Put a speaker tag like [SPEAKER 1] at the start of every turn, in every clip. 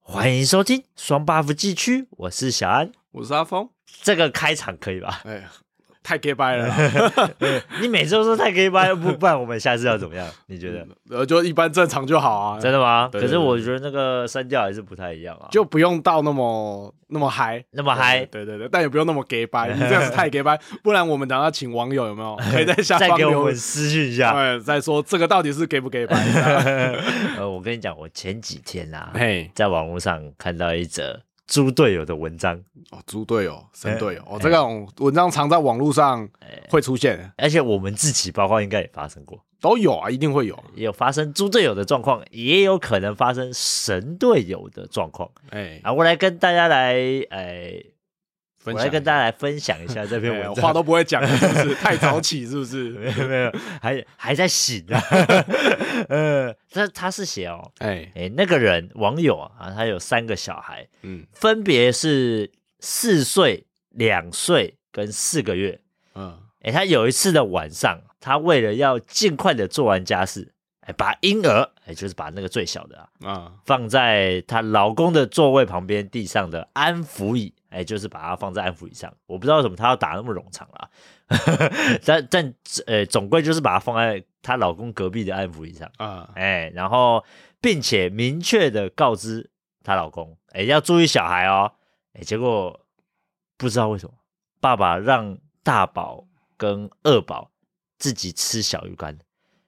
[SPEAKER 1] 欢迎收听双 buff 禁区，我是小安。
[SPEAKER 2] 我是阿峰。
[SPEAKER 1] 这个开场可以吧？
[SPEAKER 2] 哎呀，太 gay 掰了啦，
[SPEAKER 1] 你每次都说太 gay 掰，不不然我们下次要怎么样？你觉得
[SPEAKER 2] 呃，就一般正常就好啊，
[SPEAKER 1] 真的吗？
[SPEAKER 2] 对
[SPEAKER 1] 可
[SPEAKER 2] 对
[SPEAKER 1] 是我觉得那个声调还是不太一样啊，
[SPEAKER 2] 就不用到那么那么嗨。
[SPEAKER 1] 那么嗨。
[SPEAKER 2] 对对对，但也不用那么 gay 掰，你这样子太 gay 掰，不然我们等下请网友有没有可以在下
[SPEAKER 1] 再
[SPEAKER 2] 方
[SPEAKER 1] 给我
[SPEAKER 2] 留
[SPEAKER 1] 们
[SPEAKER 2] 言，
[SPEAKER 1] 私讯一下。
[SPEAKER 2] 哎，再说这个到底是 gay 不 gay 掰？
[SPEAKER 1] 呃，我跟你讲，我前几天啊，
[SPEAKER 2] 嘿，
[SPEAKER 1] 在网络上看到一则猪队友的文章，
[SPEAKER 2] 哦，猪队友、神队
[SPEAKER 1] 哎
[SPEAKER 2] 友，哦，这种文章常在网络上会出现，
[SPEAKER 1] 而且我们自己包括应该也发生过，
[SPEAKER 2] 都有啊，一定会有。
[SPEAKER 1] 也有发生猪队友的状况，也有可能发生神队友的状况。
[SPEAKER 2] 哎，
[SPEAKER 1] 啊，我来跟大家来，哎，我
[SPEAKER 2] 分
[SPEAKER 1] 来
[SPEAKER 2] 享
[SPEAKER 1] 跟大家来分享一下这篇
[SPEAKER 2] 哎
[SPEAKER 1] 文
[SPEAKER 2] 话
[SPEAKER 1] 章。哎
[SPEAKER 2] 都不 会讲了，是不是？太早起是不是？
[SPEAKER 1] 没有没有，还还在醒 啊。呃，他他是写哦，
[SPEAKER 2] 哎，
[SPEAKER 1] 哎，那个人网友啊，他有三个小孩，
[SPEAKER 2] 嗯
[SPEAKER 1] 分别是四岁、两岁跟四个月。
[SPEAKER 2] 嗯，
[SPEAKER 1] 哎，他有一次的晚上，他为了要尽快的做完家事，哎，把婴儿，哎，就是把那个最小的啊，
[SPEAKER 2] 啊，
[SPEAKER 1] 放在她老公的座位旁边地上的安抚椅，哎，就是把它放在安抚椅上。我不知道为什么她要打那么冗长啦， 但但呃，总归就是把它放在她老公隔壁的安抚椅上，
[SPEAKER 2] 啊，
[SPEAKER 1] 哎，然后并且明确的告知她老公，哎，要注意小孩哦，哎，结果不知道为什么，爸爸让大宝跟二宝自己吃小鱼干，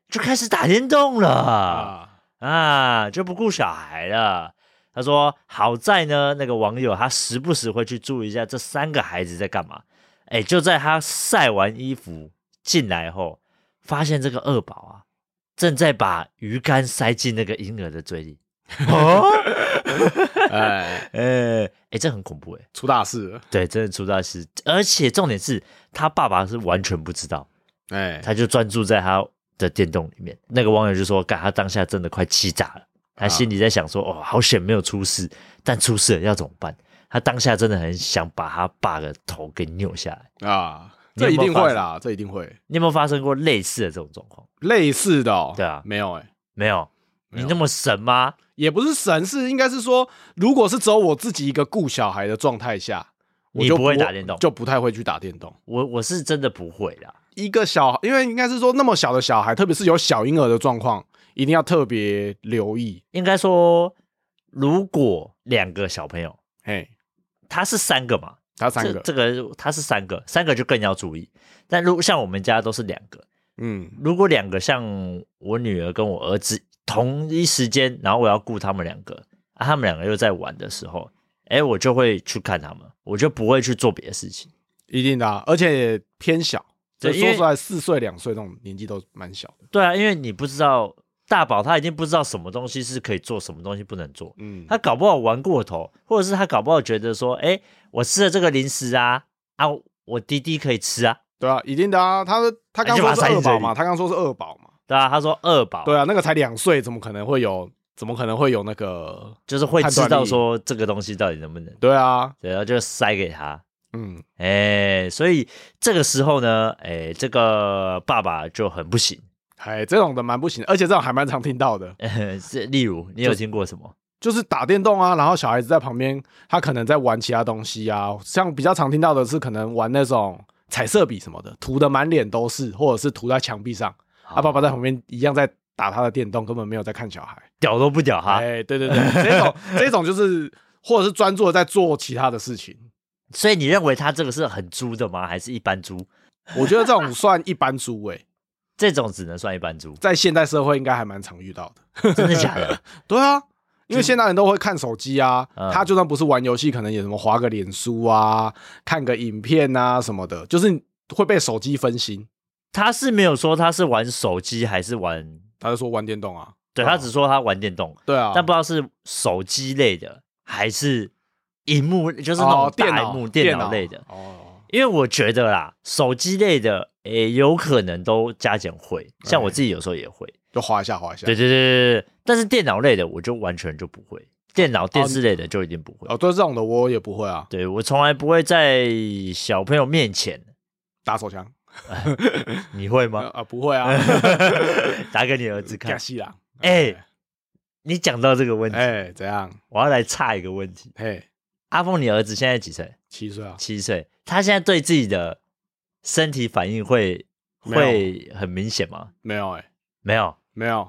[SPEAKER 1] 就开始打电动了。
[SPEAKER 2] 啊
[SPEAKER 1] 啊，就不顾小孩了。他说：“好在呢，那个网友他时不时会去注意一下这三个孩子在干嘛。哎，就在他晒完衣服进来后，发现这个二宝啊，正在把鱼竿塞进那个婴儿的嘴里。哦，
[SPEAKER 2] 哎，
[SPEAKER 1] 哎哎，这很恐怖哎。
[SPEAKER 2] 出大事了，
[SPEAKER 1] 对，真的出大事。而且重点是他爸爸是完全不知道，
[SPEAKER 2] 哎，
[SPEAKER 1] 他就专注在他的电动里面。那个网友就说：“干，他当下真的快气炸了。”
[SPEAKER 2] 啊
[SPEAKER 1] 他心里在想说：“哦，好险没有出事，但出事了要怎么办？”他当下真的很想把他爸的头给扭下来。
[SPEAKER 2] 啊，
[SPEAKER 1] 你有没
[SPEAKER 2] 这一
[SPEAKER 1] 有
[SPEAKER 2] 定
[SPEAKER 1] 发
[SPEAKER 2] 会
[SPEAKER 1] 生
[SPEAKER 2] 啦，这一定会
[SPEAKER 1] 你有没有发生过类似的这种状况？
[SPEAKER 2] 类似的、哦。
[SPEAKER 1] 对啊
[SPEAKER 2] 没有哎、
[SPEAKER 1] 没有，你
[SPEAKER 2] 没有
[SPEAKER 1] 那么神吗？
[SPEAKER 2] 也不是神，是应该是说，如果是只有我自己一个顾小孩的状态下，我
[SPEAKER 1] 你
[SPEAKER 2] 就
[SPEAKER 1] 不会打电动
[SPEAKER 2] 就不太会去打电动。
[SPEAKER 1] 我我是真的不会啦。
[SPEAKER 2] 一个小，因为应该是说那么小的小孩，特别是有小婴儿的状况，一定要特别留意。
[SPEAKER 1] 应该说，如果两个小朋友，
[SPEAKER 2] 嘿，
[SPEAKER 1] 他是三个嘛，
[SPEAKER 2] 他三个，
[SPEAKER 1] 这这个他是三个，三个就更要注意。但如像我们家都是两个，
[SPEAKER 2] 嗯
[SPEAKER 1] 如果两个像我女儿跟我儿子同一时间，然后我要顾他们两个，啊，他们两个又在玩的时候，哎，我就会去看他们，我就不会去做别的事情。
[SPEAKER 2] 一定的啊、而且偏小。
[SPEAKER 1] 对
[SPEAKER 2] 这
[SPEAKER 1] 因
[SPEAKER 2] 说
[SPEAKER 1] 为
[SPEAKER 2] 出来，四岁、两岁这种年纪都蛮小的。
[SPEAKER 1] 对啊，因为你不知道大宝他已经不知道什么东西是可以做，什么东西不能做，
[SPEAKER 2] 嗯，
[SPEAKER 1] 他搞不好玩过头，或者是他搞不好觉得说，哎，我吃了这个零食啊，啊，我弟弟可以吃啊，
[SPEAKER 2] 对啊，一定的啊。他他刚
[SPEAKER 1] 就把
[SPEAKER 2] 说
[SPEAKER 1] 它塞进
[SPEAKER 2] 是二
[SPEAKER 1] 嘴
[SPEAKER 2] 宝
[SPEAKER 1] 里
[SPEAKER 2] 嘛，他刚说是二宝嘛。
[SPEAKER 1] 对啊，他说二宝，
[SPEAKER 2] 对啊，那个才两岁，怎么可能会有？怎么可能会有那个？
[SPEAKER 1] 就是会知
[SPEAKER 2] 判断
[SPEAKER 1] 道
[SPEAKER 2] 力
[SPEAKER 1] 说这个东西到底能不能，
[SPEAKER 2] 对啊，
[SPEAKER 1] 对，然后就塞给他，
[SPEAKER 2] 嗯，
[SPEAKER 1] 哎，所以这个时候呢，哎，这个爸爸就很不行。
[SPEAKER 2] 哎，这种的蛮不行，而且这种还蛮常听到的，
[SPEAKER 1] 是例如，你有听过什么？
[SPEAKER 2] 就是打电动啊，然后小孩子在旁边，他可能在玩其他东西啊，像比较常听到的是可能玩那种彩色笔什么的，涂的满脸都是，或者是涂在墙壁上，啊，爸爸在旁边一样在打他的电动，根本没有在看小孩。
[SPEAKER 1] 屌都不屌哈。
[SPEAKER 2] 哎，对对对，这种这种就是或者是专注的在做其他的事情，
[SPEAKER 1] 所以你认为他这个是很猪的吗？还是一般猪？
[SPEAKER 2] 我觉得这种算一般猪位，，
[SPEAKER 1] 这种只能算一般猪
[SPEAKER 2] 在现代社会应该还蛮常遇到的。
[SPEAKER 1] 真的假的？
[SPEAKER 2] 对啊，因为现代人都会看手机啊，
[SPEAKER 1] 嗯
[SPEAKER 2] 他就算不是玩游戏，可能也什么划个脸书啊，看个影片啊什么的，就是会被手机分心。
[SPEAKER 1] 他是没有说他是玩手机还是玩，
[SPEAKER 2] 他就说玩电动啊，
[SPEAKER 1] 对他只说他玩电动，
[SPEAKER 2] 对啊，
[SPEAKER 1] 但不知道是手机类的还是荧幕，就是那
[SPEAKER 2] 哦
[SPEAKER 1] 种
[SPEAKER 2] 电
[SPEAKER 1] 大
[SPEAKER 2] 脑
[SPEAKER 1] 荧幕
[SPEAKER 2] 电
[SPEAKER 1] 电脑类的。
[SPEAKER 2] 哦，
[SPEAKER 1] 因为我觉得啦，手机类的也有可能都加减会，像我
[SPEAKER 2] 哎
[SPEAKER 1] 自己有时候也会，
[SPEAKER 2] 就划一下划一下。
[SPEAKER 1] 对对对对对。但是电脑类的我就完全就不会，电脑电视类的就一定不会。
[SPEAKER 2] 哦，对这种的我也不会啊，
[SPEAKER 1] 对我从来不会在小朋友面前，
[SPEAKER 2] 打手 枪
[SPEAKER 1] 你会吗？
[SPEAKER 2] 啊嗯不会啊，
[SPEAKER 1] 打给你儿子看
[SPEAKER 2] 假。戏啦。
[SPEAKER 1] 哎你讲到这个问题，
[SPEAKER 2] 哎，怎样？
[SPEAKER 1] 我要来岔一个问题。
[SPEAKER 2] 嘿，
[SPEAKER 1] 阿峰，你儿子现在几岁？
[SPEAKER 2] 七岁啊，
[SPEAKER 1] 七岁，他现在对自己的身体反应会
[SPEAKER 2] 没有
[SPEAKER 1] 会很明显吗？
[SPEAKER 2] 没有哎、
[SPEAKER 1] 没有，
[SPEAKER 2] 没有，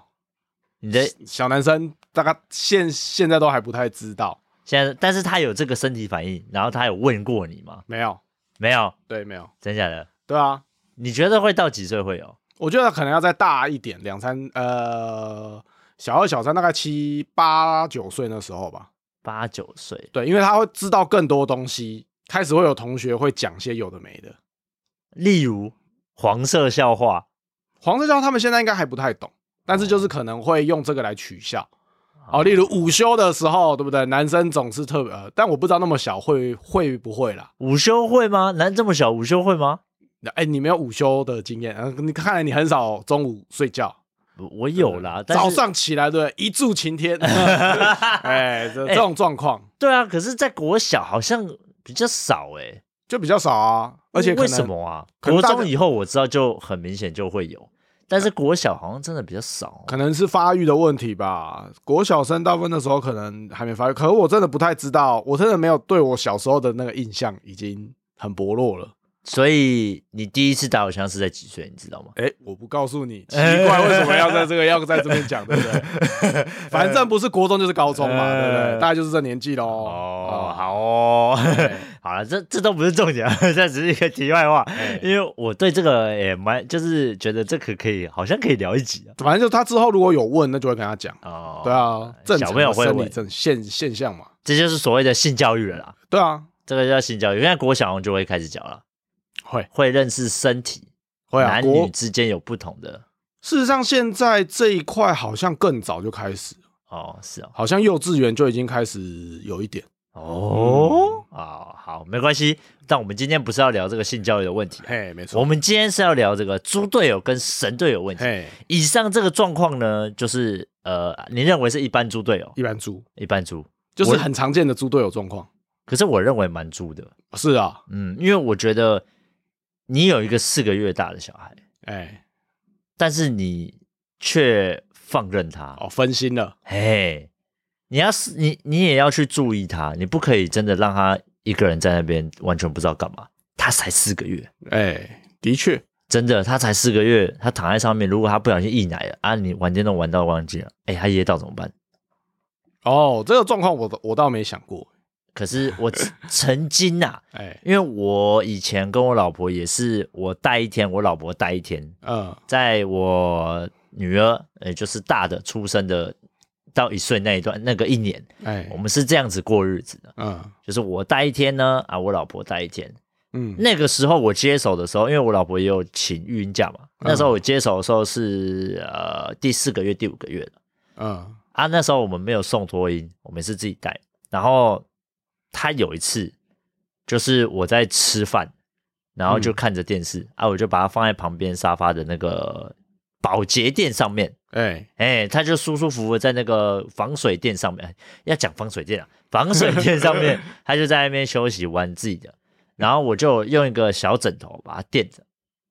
[SPEAKER 1] 你的
[SPEAKER 2] 小男生大概现现在都还不太知道，
[SPEAKER 1] 现在，但是他有这个身体反应，然后他有问过你吗？
[SPEAKER 2] 没有，
[SPEAKER 1] 没有，
[SPEAKER 2] 对，没有，
[SPEAKER 1] 真假的？
[SPEAKER 2] 对啊，
[SPEAKER 1] 你觉得会到几岁会有？
[SPEAKER 2] 我觉得可能要再大一点，两三呃，小二小三大概七八九岁那时候吧，
[SPEAKER 1] 八九岁，
[SPEAKER 2] 对，因为他会知道更多东西，开始会有同学会讲些有的没的，
[SPEAKER 1] 例如黄色笑话
[SPEAKER 2] 黄色教他们现在应该还不太懂，但是就是可能会用这个来取笑。哦，例如午休的时候，对不对？男生总是特别，呃，但我不知道那么小会会不会啦。
[SPEAKER 1] 午休会吗？男这么小午休会吗？
[SPEAKER 2] 哎、你没有午休的经验，嗯、你看来你很少中午睡觉，
[SPEAKER 1] 我我有啦，但是
[SPEAKER 2] 早上起来对不对一柱擎 天， 哎、这这种状况
[SPEAKER 1] 对啊，可是，在国小好像比较少哎、
[SPEAKER 2] 就比较少啊。而且可
[SPEAKER 1] 为
[SPEAKER 2] 能
[SPEAKER 1] 什？么啊？
[SPEAKER 2] 可能
[SPEAKER 1] 国
[SPEAKER 2] 大家
[SPEAKER 1] 中以后我知道就很明显就会有，但是国小好像真的比较少哦、
[SPEAKER 2] 可能是发育的问题吧。国小生大部分的时候可能还没发育，可是我真的不太知道，我真的没有对我小时候的那个印象已经很薄弱了。
[SPEAKER 1] 所以你第一次打手枪是在几岁？你知道吗？
[SPEAKER 2] 哎、我不告诉你，奇怪，为什么要在 这个要在这边讲，对不对？反正不是国中就是高中 嘛，对不对？大概就是这年纪喽。
[SPEAKER 1] 哎哦，
[SPEAKER 2] 哦，哎
[SPEAKER 1] 好哦，
[SPEAKER 2] 对
[SPEAKER 1] 好了，这这都不是重点， 这只是一个题外话。
[SPEAKER 2] 哎
[SPEAKER 1] 因为我对这个也蛮，就是觉得这个可以，好像可以聊一集啊。
[SPEAKER 2] 反正就他之后如果有问，那就会跟他讲。
[SPEAKER 1] 哦，
[SPEAKER 2] 对，啊，正
[SPEAKER 1] 小
[SPEAKER 2] 常
[SPEAKER 1] 朋友
[SPEAKER 2] 的
[SPEAKER 1] 会
[SPEAKER 2] 生理
[SPEAKER 1] 问
[SPEAKER 2] 症现现象嘛。
[SPEAKER 1] 这就是所谓的性教育了啦。
[SPEAKER 2] 对啊，
[SPEAKER 1] 这个叫性教育，因为国小好像就会开始讲了，
[SPEAKER 2] 会
[SPEAKER 1] 会认识身体，
[SPEAKER 2] 会啊。
[SPEAKER 1] 男女
[SPEAKER 2] 国
[SPEAKER 1] 之间有不同的。
[SPEAKER 2] 事实上，现在这一块好像更早就开始，
[SPEAKER 1] 哦，是哦，
[SPEAKER 2] 好像幼稚园就已经开始有一点。
[SPEAKER 1] 哦，哦，好，没关系。但我们今天不是要聊这个性教育的问题啊，
[SPEAKER 2] 嘿，没
[SPEAKER 1] 我
[SPEAKER 2] 错。
[SPEAKER 1] 们今天是要聊这个猪队友跟神队友问题。
[SPEAKER 2] 嘿，
[SPEAKER 1] 以上这个状况呢，就是呃，你认为是一般猪队友，
[SPEAKER 2] 一般猪
[SPEAKER 1] 一般猪，
[SPEAKER 2] 就是
[SPEAKER 1] 我
[SPEAKER 2] 很常见的猪队友状况。
[SPEAKER 1] 可是我认为蛮猪的，
[SPEAKER 2] 是啊，
[SPEAKER 1] 嗯，因为我觉得你有一个四个月大的小孩，
[SPEAKER 2] 哎，
[SPEAKER 1] 但是你却放任他，
[SPEAKER 2] 哦，分心了。
[SPEAKER 1] 嘿，你要是你你也要去注意他，你不可以真的让他一个人在那边完全不知道干嘛。他才四个月，
[SPEAKER 2] 哎，的确，
[SPEAKER 1] 真的，他才四个月，他躺在上面，如果他不小心溢奶了啊，你玩电动玩到忘记了，哎、他噎到怎么办？
[SPEAKER 2] 哦，这个状况我倒我倒没想过。
[SPEAKER 1] 可是我曾经啊，
[SPEAKER 2] 哎，
[SPEAKER 1] 因为我以前跟我老婆也是，我带一天，我老婆带一天，
[SPEAKER 2] 嗯，
[SPEAKER 1] 在我女儿，也就是大的出生的到一岁那一段那个一年，
[SPEAKER 2] 哎
[SPEAKER 1] 我，们是这样子过日子的，
[SPEAKER 2] 嗯
[SPEAKER 1] 就是我带一天呢，啊，我老婆带一天。
[SPEAKER 2] 嗯，
[SPEAKER 1] 那个时候我接手的时候，因为我老婆也有请育婴假嘛，那时候我接手的时候是呃第四个月、第五个月的
[SPEAKER 2] 嗯，
[SPEAKER 1] 啊，那时候我们没有送托婴，我们是自己带。然后她有一次就是我在吃饭，然后就看着电视、啊，我就把它放在旁边沙发的那个保洁垫上面，
[SPEAKER 2] 哎，
[SPEAKER 1] 哎，他就舒舒服服地在那个防水垫上面，哎要讲防水垫啊，防水垫上面，他就在那边休息玩自己的。然后我就用一个小枕头把它垫着。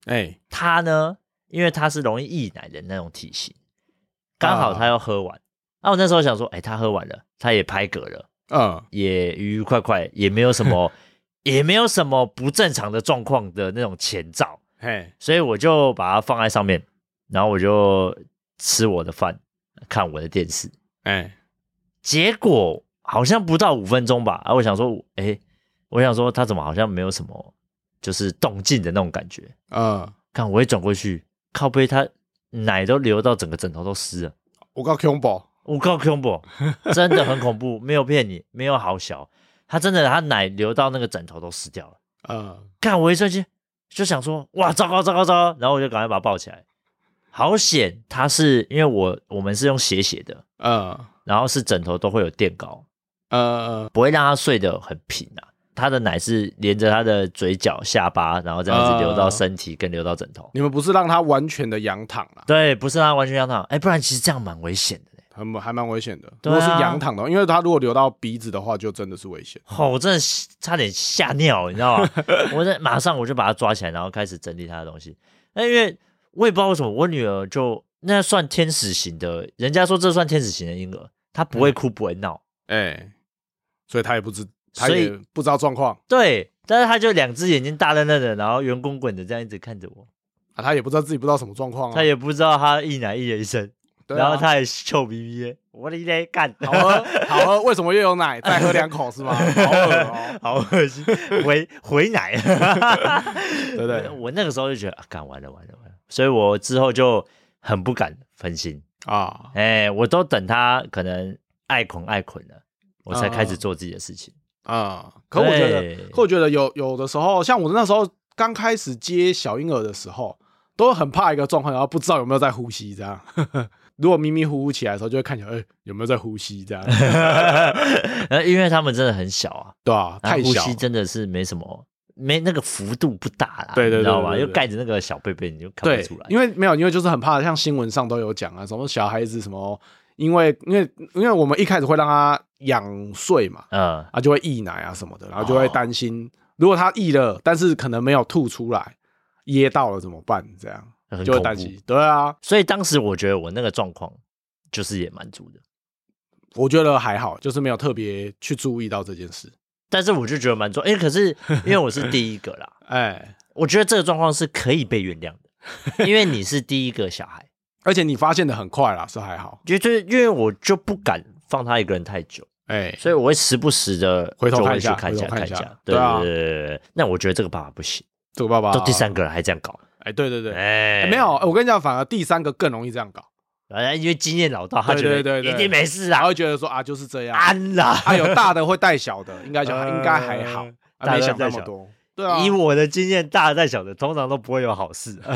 [SPEAKER 2] 哎，
[SPEAKER 1] 他呢，因为他是容易溢奶的那种体型，刚好他要喝完。啊，我那时候想说，哎，他喝完了，他也拍嗝了，
[SPEAKER 2] 嗯，
[SPEAKER 1] 也愉愉快快，也没有什么，也没有什么不正常的状况的那种前兆。
[SPEAKER 2] 嘿，
[SPEAKER 1] 所以我就把它放在上面，然后我就吃我的饭，看我的电视。
[SPEAKER 2] 哎，
[SPEAKER 1] 结果好像不到五分钟吧，啊，我想说，哎，我想说他怎么好像没有什么就是动静的那种感觉。
[SPEAKER 2] 嗯，
[SPEAKER 1] 看我一转过去，靠背他奶都流到整个枕头都湿了，
[SPEAKER 2] 我告 Q 宝，
[SPEAKER 1] 我靠恐怖，真的很恐怖，没有骗你，没有好小，他真的他奶流到那个枕头都湿掉了。
[SPEAKER 2] 嗯，
[SPEAKER 1] 看我一瞬间就想说，哇，糟糕糟糕糟糕，然后我就赶快把它抱起来。好险，它是因为我我们是用斜斜的，
[SPEAKER 2] 嗯，
[SPEAKER 1] 然后是枕头都会有垫高，
[SPEAKER 2] 呃，
[SPEAKER 1] 不会让它睡得很平啊。它的奶是连着它的嘴角、下巴，然后这样子流到身体，跟流到枕头。
[SPEAKER 2] 你们不是让他完全的仰躺啊啦，
[SPEAKER 1] 对，不是让它完全让躺，哎，不然其实这样蛮危险的嘞。
[SPEAKER 2] 很还蛮危险的。
[SPEAKER 1] 对
[SPEAKER 2] 如
[SPEAKER 1] 啊
[SPEAKER 2] 果是仰躺的话，因为他如果流到鼻子的话，就真的是危险。
[SPEAKER 1] 哦，我真的吓差点吓尿，你知道吗？ 我在马上我就把它抓起来，然后开始整理它的东西。那因为我也不知道为什么，我女儿就那算天使型的，人家说这算天使型的婴儿，他不会哭不会闹，
[SPEAKER 2] 哎、所以他也不知，他
[SPEAKER 1] 所以
[SPEAKER 2] 也不知道状况
[SPEAKER 1] 对，但是他就两只眼睛大瞪瞪的，然后圆滚滚的这样一直看着我，
[SPEAKER 2] 啊，他也不知道自己不知道什么状况啊，
[SPEAKER 1] 他也不知道他一男一人生，
[SPEAKER 2] 对啊
[SPEAKER 1] 然后他也臭逼逼的，我的嘞 干，
[SPEAKER 2] 好喝，好喝，为什么又有奶？再喝两 口是吗？好恶哦、
[SPEAKER 1] 好恶心，回回奶，啊
[SPEAKER 2] 对不对？
[SPEAKER 1] 我那个时候就觉得啊，干完了完了完了，所以我之后就很不敢分心，
[SPEAKER 2] 啊，
[SPEAKER 1] 哎、我都等他可能爱捆爱捆了，我才开
[SPEAKER 2] 啊
[SPEAKER 1] 始做自己的事情。
[SPEAKER 2] 啊、可我觉
[SPEAKER 1] 对
[SPEAKER 2] 得，可我觉得有有的时候，像我那时候刚开始接小婴儿的时候，都很怕一个状况，然后不知道有没有在呼吸这样。 如果迷迷糊糊起来的时候，就会看起来，哎、有没有在呼吸这样？
[SPEAKER 1] 呃，因为他们真的很小啊，
[SPEAKER 2] 对啊，
[SPEAKER 1] 然
[SPEAKER 2] 太
[SPEAKER 1] 后呼
[SPEAKER 2] 小
[SPEAKER 1] 吸，真的是没什么，没那个幅度不大啦，
[SPEAKER 2] 对对对
[SPEAKER 1] 你知道
[SPEAKER 2] 对
[SPEAKER 1] 吗？
[SPEAKER 2] 对
[SPEAKER 1] 又
[SPEAKER 2] 对
[SPEAKER 1] 盖着那个小贝贝，你就看不
[SPEAKER 2] 对
[SPEAKER 1] 出来，。
[SPEAKER 2] 因为没有，因为就是很怕，像新闻上都有讲啊，什么小孩子什么，因为因为因为我们一开始会让他仰睡嘛，
[SPEAKER 1] 嗯，
[SPEAKER 2] 啊，就会溢奶啊什么的，然后就会担心，如果他溢了，但是可能没有吐出来，噎到了怎么办？这样
[SPEAKER 1] 很
[SPEAKER 2] 就会
[SPEAKER 1] 恐
[SPEAKER 2] 担
[SPEAKER 1] 怖
[SPEAKER 2] 心。。对啊，
[SPEAKER 1] 所以当时我觉得我那个状况就是也蛮足的，
[SPEAKER 2] 我觉得还好，就是没有特别去注意到这件事。
[SPEAKER 1] 但是我就觉得蛮足，哎、可是因为我是第一个 啦，
[SPEAKER 2] 哎，
[SPEAKER 1] 我觉得这个状况是可以被原谅的，因为你是第一个小孩，
[SPEAKER 2] 而且你发现的很快啦，是还好。
[SPEAKER 1] 就就是因为我就不敢放他一个人太久。
[SPEAKER 2] 哎，
[SPEAKER 1] 所以我会时不时的
[SPEAKER 2] 回头看一下
[SPEAKER 1] 看
[SPEAKER 2] 回头
[SPEAKER 1] 看
[SPEAKER 2] 看
[SPEAKER 1] 一
[SPEAKER 2] 一
[SPEAKER 1] 下
[SPEAKER 2] 下，
[SPEAKER 1] 对
[SPEAKER 2] 对啊
[SPEAKER 1] 对对对对。那我觉得这个办法不行，
[SPEAKER 2] 这个爸爸
[SPEAKER 1] 到第，三个人还这样搞，
[SPEAKER 2] 哎，对对对。
[SPEAKER 1] 哎
[SPEAKER 2] 哎没有，，哎我跟你讲，反而第三个更容易这样搞，
[SPEAKER 1] 哎因为经验老道，他觉
[SPEAKER 2] 对对
[SPEAKER 1] 得
[SPEAKER 2] 对对
[SPEAKER 1] 一定没事
[SPEAKER 2] 然
[SPEAKER 1] 啊，
[SPEAKER 2] 后觉得说啊，就是这样，
[SPEAKER 1] 安 啦。
[SPEAKER 2] 啊，有大的会带小的，应该小
[SPEAKER 1] 呃
[SPEAKER 2] 应该还好，
[SPEAKER 1] 大
[SPEAKER 2] 啊
[SPEAKER 1] 的
[SPEAKER 2] 没想那
[SPEAKER 1] 带
[SPEAKER 2] 么
[SPEAKER 1] 小
[SPEAKER 2] 多。对啊，
[SPEAKER 1] 以 我的经验，大的带小的通常都不会有好 事。
[SPEAKER 2] 啊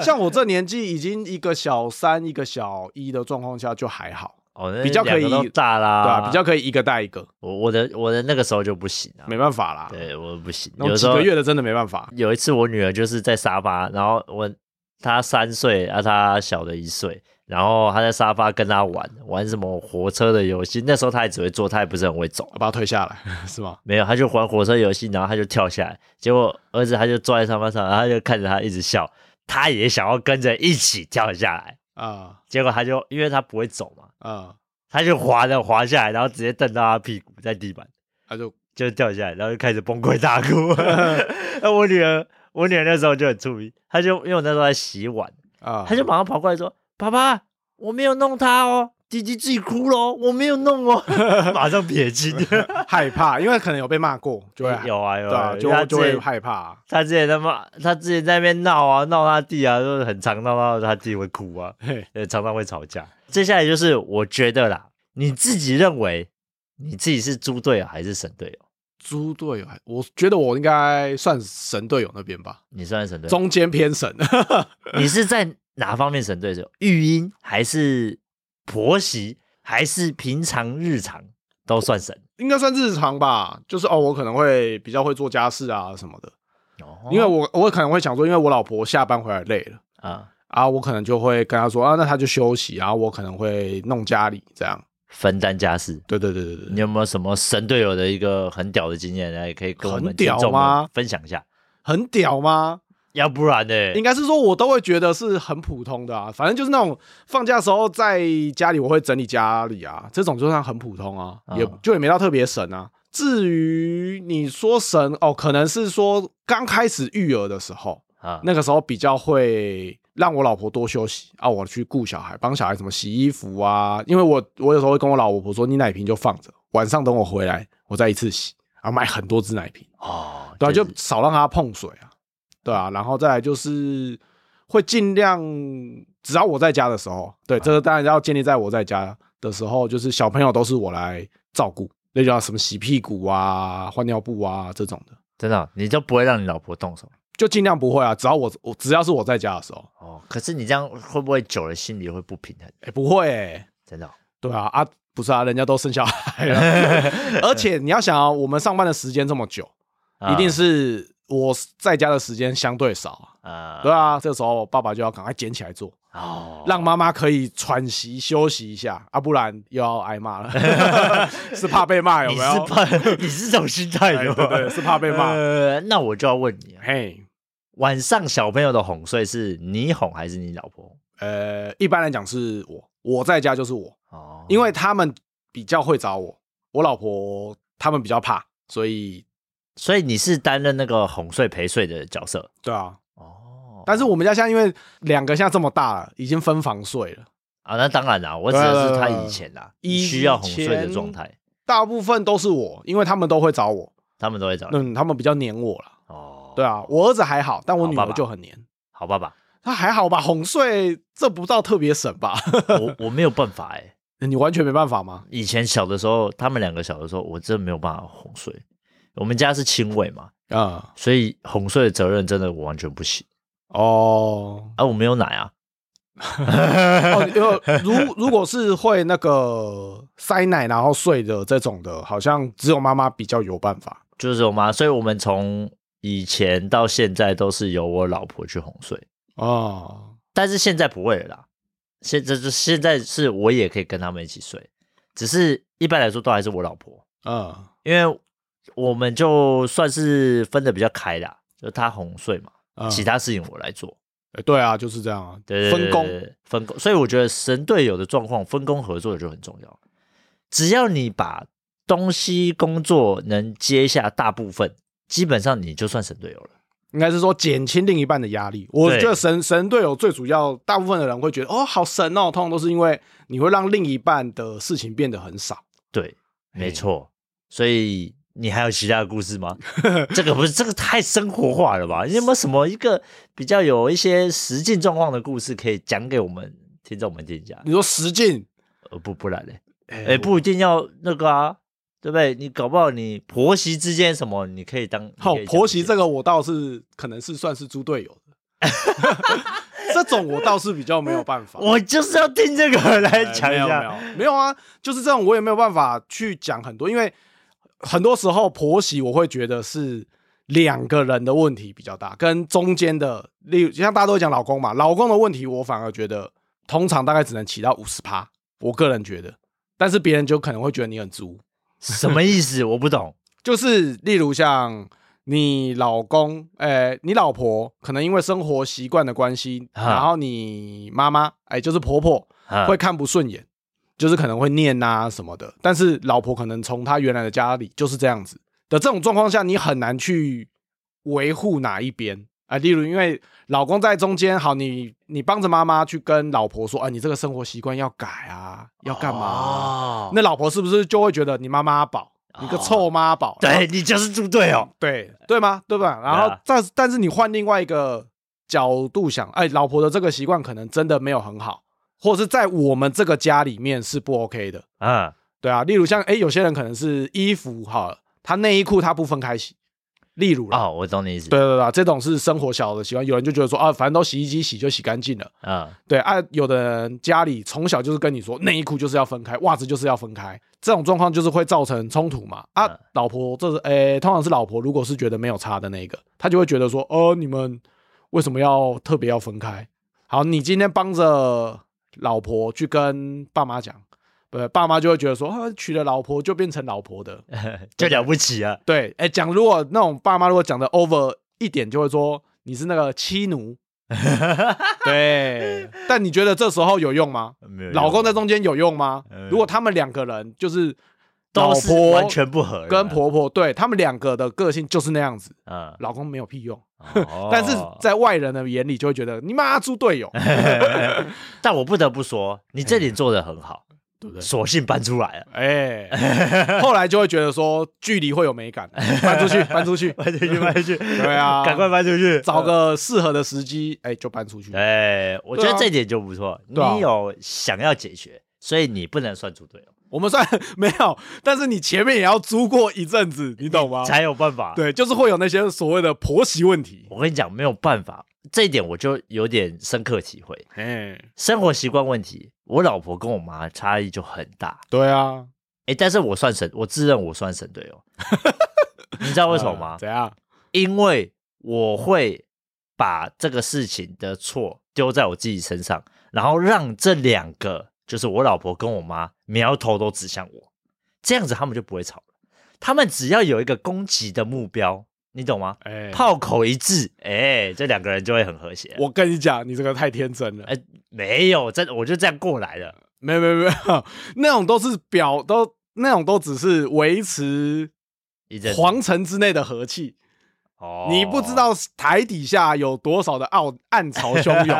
[SPEAKER 2] 像我这年纪已经一个小三一个小一的状况下就还好，
[SPEAKER 1] 哦，那
[SPEAKER 2] 比较可以
[SPEAKER 1] 两个都大啦，
[SPEAKER 2] 对啊，比较可以一个带一个，
[SPEAKER 1] 我我的我的那个时候就不行啊，
[SPEAKER 2] 没办法啦。
[SPEAKER 1] 对我不行，
[SPEAKER 2] 那
[SPEAKER 1] 有
[SPEAKER 2] 种
[SPEAKER 1] 时
[SPEAKER 2] 几
[SPEAKER 1] 候
[SPEAKER 2] 个月的真的没办法。
[SPEAKER 1] 有一次我女儿就是在沙发，然后我她三岁啊，她小的一岁，然后她在沙发跟她玩玩什么火车的游戏，那时候她也只会坐，她也不是很会走。
[SPEAKER 2] 我把它推下来 是吗？
[SPEAKER 1] 没有，她就玩火车游戏，然后她就跳下来，结果儿子他就坐在沙发上，然后他就看着她一直笑，他也想要跟着一起跳下来，
[SPEAKER 2] 啊
[SPEAKER 1] 结果他就因为他不会走嘛，
[SPEAKER 2] 啊，
[SPEAKER 1] 他就滑着滑下来，然后直接蹬到他屁股在地板。
[SPEAKER 2] 那就
[SPEAKER 1] 就掉下来，然后就开始崩溃大 哭。那我女儿，我女儿那时候就很出名，她就因为我那时候在洗碗，
[SPEAKER 2] 啊，
[SPEAKER 1] 她就马上跑过来说：“爸爸，我没有弄她哦，弟弟自己哭咯，我没有弄 哦。”马上撇清。
[SPEAKER 2] 害怕，因为可能有被骂过，就会
[SPEAKER 1] 有啊有
[SPEAKER 2] 对啊，
[SPEAKER 1] 啊，
[SPEAKER 2] 就
[SPEAKER 1] 因为她之
[SPEAKER 2] 就会
[SPEAKER 1] 前
[SPEAKER 2] 害怕。
[SPEAKER 1] 她之前他妈，她之前在那边闹啊，闹她弟啊，就是很常闹到她弟会哭啊，
[SPEAKER 2] 嘿，
[SPEAKER 1] 呃，常常会吵架。接下来就是我觉得啦，你自己认为你自己是猪队友还是神队友？
[SPEAKER 2] 猪队友还，我觉得我应该算神队友那边吧，
[SPEAKER 1] 你算是神队友吗。
[SPEAKER 2] 中间偏神。
[SPEAKER 1] 你是在哪方面神对手？育婴还是婆媳，还是平常日常都算神？
[SPEAKER 2] 应该算日常吧，就是哦，我可能会比较会做家事啊什么的，
[SPEAKER 1] 哦
[SPEAKER 2] 因为我我可能会想说，因为我老婆下班回来累了
[SPEAKER 1] 啊、
[SPEAKER 2] 啊，我可能就会跟她说啊，那她就休息，然后我可能会弄家里这样。
[SPEAKER 1] 分担家事，
[SPEAKER 2] 对对对对
[SPEAKER 1] 你
[SPEAKER 2] 对，
[SPEAKER 1] 有没有什么神队友的一个很屌的经验呢？也可以跟我们
[SPEAKER 2] 很
[SPEAKER 1] 听
[SPEAKER 2] 屌
[SPEAKER 1] 众们
[SPEAKER 2] 吗
[SPEAKER 1] 分享一下。
[SPEAKER 2] 很屌吗？
[SPEAKER 1] 要不然呢？
[SPEAKER 2] 应该是说我都会觉得是很普通的啊，反正就是那种放假的时候在家里我会整理家里啊，这种就算很普通啊，
[SPEAKER 1] 嗯
[SPEAKER 2] 也就也没到特别神啊。至于你说神哦，可能是说刚开始育儿的时候，
[SPEAKER 1] 啊，
[SPEAKER 2] 那个时候比较会让我老婆多休息啊，我去顾小孩，帮小孩怎么洗衣服啊，因为我我有时候会跟我老婆说，你奶瓶就放着，晚上等我回来我再一次洗，啊，买很多只奶瓶，
[SPEAKER 1] 哦，
[SPEAKER 2] 对啊，就是少让它碰水啊，对啊，然后再来就是会尽量，只要我在家的时候，对，这个当然要建立在我在家的时候，就是小朋友都是我来照顾，那叫什么洗屁股啊、换尿布啊这种的，
[SPEAKER 1] 真的哦、你就不会让你老婆动手
[SPEAKER 2] 就尽量不会啊，只要我我只要是我在家的时候，
[SPEAKER 1] 哦。可是你这样会不会久了心里会不平衡？
[SPEAKER 2] 哎、不会、欸，
[SPEAKER 1] 真的哦、
[SPEAKER 2] 对啊啊，不是啊，人家都生小 孩了，而且你要想啊，我们上班的时间这么久，
[SPEAKER 1] 啊
[SPEAKER 2] 一定是我在家的时间相对少啊。
[SPEAKER 1] 啊，
[SPEAKER 2] 对啊，这时候爸爸就要赶快捡起来做，
[SPEAKER 1] 哦，
[SPEAKER 2] 让妈妈可以喘息休息一下啊，不然又要挨骂 了，是怕被骂有
[SPEAKER 1] 你
[SPEAKER 2] 没
[SPEAKER 1] 是
[SPEAKER 2] 有？
[SPEAKER 1] 怕 你是这种心态
[SPEAKER 2] 哎
[SPEAKER 1] 的
[SPEAKER 2] 对
[SPEAKER 1] 吗，
[SPEAKER 2] 对，是怕被骂。
[SPEAKER 1] 呃，那我就要问你啊，
[SPEAKER 2] 嘿，
[SPEAKER 1] 晚上小朋友的哄睡是你哄还是你老婆哄？
[SPEAKER 2] 呃，一般来讲是我，我在家就是我，
[SPEAKER 1] 哦，
[SPEAKER 2] 因为他们比较会找我，我老婆他们比较怕，所以
[SPEAKER 1] 所以你是担任那个哄睡陪睡的角色
[SPEAKER 2] 对啊。
[SPEAKER 1] 哦。
[SPEAKER 2] 但是我们家现在因为两个现在这么大了，已经分房睡了，
[SPEAKER 1] 啊，那当然啦，我指的是他以前啦，
[SPEAKER 2] 对啊以
[SPEAKER 1] 需要哄睡的状态，
[SPEAKER 2] 大部分都是我，因为他们都会找我，
[SPEAKER 1] 他们都会找你。
[SPEAKER 2] 嗯，他们比较黏我了。
[SPEAKER 1] 哦，
[SPEAKER 2] 对，啊，我儿子还好，但我女
[SPEAKER 1] 好爸
[SPEAKER 2] 儿
[SPEAKER 1] 爸
[SPEAKER 2] 就很黏。
[SPEAKER 1] 好爸爸，
[SPEAKER 2] 他还好吧，哄睡这不到特别省吧？
[SPEAKER 1] 我我没有办法哎、
[SPEAKER 2] 你完全没办法吗？
[SPEAKER 1] 以前小的时候，他们两个小的时候，我真的没有办法哄睡。我们家是亲喂嘛，
[SPEAKER 2] 嗯，
[SPEAKER 1] 所以哄睡的责任真的我完全不行。
[SPEAKER 2] 哦，
[SPEAKER 1] 啊，我没有奶啊，
[SPEAKER 2] 哦，有如如果是会那个塞奶然后睡的这种的，好像只有妈妈比较有办法。
[SPEAKER 1] 就是我妈，所以我们从以前到现在都是由我老婆去哄睡，
[SPEAKER 2] 哦，
[SPEAKER 1] 但是现在不会了啦。现在就现在是我也可以跟他们一起睡，只是一般来说都还是我老婆，
[SPEAKER 2] 嗯，
[SPEAKER 1] 因为我们就算是分的比较开啦，就她哄睡嘛，
[SPEAKER 2] 嗯
[SPEAKER 1] 其他事情我来做。
[SPEAKER 2] 诶对啊，就是这样啊，
[SPEAKER 1] 对对对
[SPEAKER 2] 分
[SPEAKER 1] 对
[SPEAKER 2] 工。
[SPEAKER 1] 对分工。所以我觉得神队友的状况，分工合作就很重要。只要你把东西工作能接下大部分，基本上你就算神队友了。
[SPEAKER 2] 应该是说减轻另一半的压力。我
[SPEAKER 1] 对
[SPEAKER 2] 觉得神神队友最主要，大部分的人会觉得哦，好神哦，通常都是因为你会让另一半的事情变得很少。
[SPEAKER 1] 对，没
[SPEAKER 2] 嘿
[SPEAKER 1] 错。所以你还有其他的故事吗？ 这个不是这个太生活化了吧？你有没有什么一个比较有一些实际状况的故事可以讲给我们听众们听一下？
[SPEAKER 2] 你说实境，
[SPEAKER 1] 呃，不不然嘞，
[SPEAKER 2] 哎
[SPEAKER 1] 哎、不一定要那个啊。对不对？你搞不好你婆媳之间什么，你可以当
[SPEAKER 2] 好、婆媳
[SPEAKER 1] 这。
[SPEAKER 2] 这个我倒是可能是算是猪队友的， 这种我倒是比较没有办法。
[SPEAKER 1] 我就是要听这个来
[SPEAKER 2] 哎
[SPEAKER 1] 讲一
[SPEAKER 2] 没有
[SPEAKER 1] 下。
[SPEAKER 2] 没有没有啊，就是这种我也没有办法去讲很多，因为很多时候婆媳我会觉得是两个人的问题比较大，跟中间的，例如像大家都会讲老公嘛，老公的问题我反而觉得通常大概只能起到五十趴，我个人觉得，但是别人就可能会觉得你很猪，
[SPEAKER 1] 什么意思？我不 懂。
[SPEAKER 2] 就是例如像。你老公，呃、你老婆可能因为生活习惯的关系，
[SPEAKER 1] 哈
[SPEAKER 2] 然后你妈妈，哎、就是婆婆，
[SPEAKER 1] 啊
[SPEAKER 2] 会看不顺眼，就是可能会念啊什么的。但是老婆可能从她原来的家里就是这样子的这种状况下，你很难去维护哪一边啊、例如，因为老公在中间，好，你你帮着妈妈去跟老婆说，啊，你这个生活习惯要改啊，要干嘛啊、
[SPEAKER 1] 哦
[SPEAKER 2] 那老婆是不是就会觉得你妈妈宝，你个臭妈宝？然后
[SPEAKER 1] 对你就是猪队友。
[SPEAKER 2] 对对吗？对吧？然
[SPEAKER 1] 对
[SPEAKER 2] 后
[SPEAKER 1] 啊
[SPEAKER 2] 但但是你换另外一个角度想，哎，老婆的这个习惯可能真的没有很好，或者是在我们这个家里面是不 OK 的，
[SPEAKER 1] 嗯，
[SPEAKER 2] 对啊。例如像哎，有些人可能是衣服好了，他内衣裤他不分开洗，例如啦，
[SPEAKER 1] 哦，我懂你意思。
[SPEAKER 2] 对，对对，这种是生活小的习惯，有人就觉得说啊，反正都洗衣机洗就洗干净了，
[SPEAKER 1] 嗯，
[SPEAKER 2] 对啊。有的人家里从小就是跟你说内衣裤就是要分开，袜子就是要分开，这种状况就是会造成冲突嘛。啊
[SPEAKER 1] 嗯，
[SPEAKER 2] 老婆这是诶，通常是老婆如果是觉得没有差的那个，她就会觉得说，哦，你们为什么要特别要分开？好，你今天帮着老婆去跟爸妈讲，对，爸妈就会觉得说，啊，娶了老婆就变成老婆的，
[SPEAKER 1] 就了不起啊。
[SPEAKER 2] 对，哎、讲如果那种爸妈如果讲的 over 一点，就会说你是那个妻 奴。对，但你觉得这时候有用吗？
[SPEAKER 1] 没有
[SPEAKER 2] 老公在中间有用吗
[SPEAKER 1] 嗯？
[SPEAKER 2] 如果他们两个人就是老
[SPEAKER 1] 都是
[SPEAKER 2] 婆
[SPEAKER 1] 完全不合的啊
[SPEAKER 2] 跟。婆婆，对他们两个的个性就是那样子，
[SPEAKER 1] 嗯，
[SPEAKER 2] 老公没有屁用，
[SPEAKER 1] 哦
[SPEAKER 2] 但是在外人的眼里就会觉得你妈猪队 友，
[SPEAKER 1] 但我不得不说，你这点做的很好，
[SPEAKER 2] 嗯对不对？
[SPEAKER 1] 索性搬出来了。啊
[SPEAKER 2] 哎、后来就会觉得说距离会有美感，搬出去，搬出去，
[SPEAKER 1] 搬出 去，搬出去，
[SPEAKER 2] 对啊
[SPEAKER 1] 赶快搬出去，
[SPEAKER 2] 找个适合的时机，哎、就搬出去。
[SPEAKER 1] 哎，我觉
[SPEAKER 2] 对
[SPEAKER 1] 得
[SPEAKER 2] 啊
[SPEAKER 1] 这点就不错。你
[SPEAKER 2] 对啊
[SPEAKER 1] 有想要解决，所以你不能算猪队友，
[SPEAKER 2] 我们算没有，但是你前面也要租过一阵子，你懂吗？
[SPEAKER 1] 才有办法。
[SPEAKER 2] 啊对，就是会有那些所谓的婆媳问题。
[SPEAKER 1] 我跟你讲，没有办法，这一点我就有点深刻体会。
[SPEAKER 2] 哎，
[SPEAKER 1] 生活习惯问题，我老婆跟我妈差异就很大。
[SPEAKER 2] 对啊，
[SPEAKER 1] 哎、但是我算神，我自认我算神队友， 你知道为什么吗
[SPEAKER 2] 呃？怎样？
[SPEAKER 1] 因为我会把这个事情的错丢在我自己身上，然后让这两个，就是我老婆跟我妈，苗头都指向我，这样子他们就不会吵了。他们只要有一个攻击的目标，你懂吗？
[SPEAKER 2] 哎、
[SPEAKER 1] 炮口一致，哎、这两个人就会很和谐。
[SPEAKER 2] 我跟你讲，你这个太天真了。
[SPEAKER 1] 哎、没有，真的我就这样过来的。
[SPEAKER 2] 没有没有没有，那种都是表都那种都只是维持
[SPEAKER 1] 一阵子
[SPEAKER 2] 皇城之内的和气，
[SPEAKER 1] 哦，
[SPEAKER 2] 你不知道台底下有多少的傲暗潮汹 涌，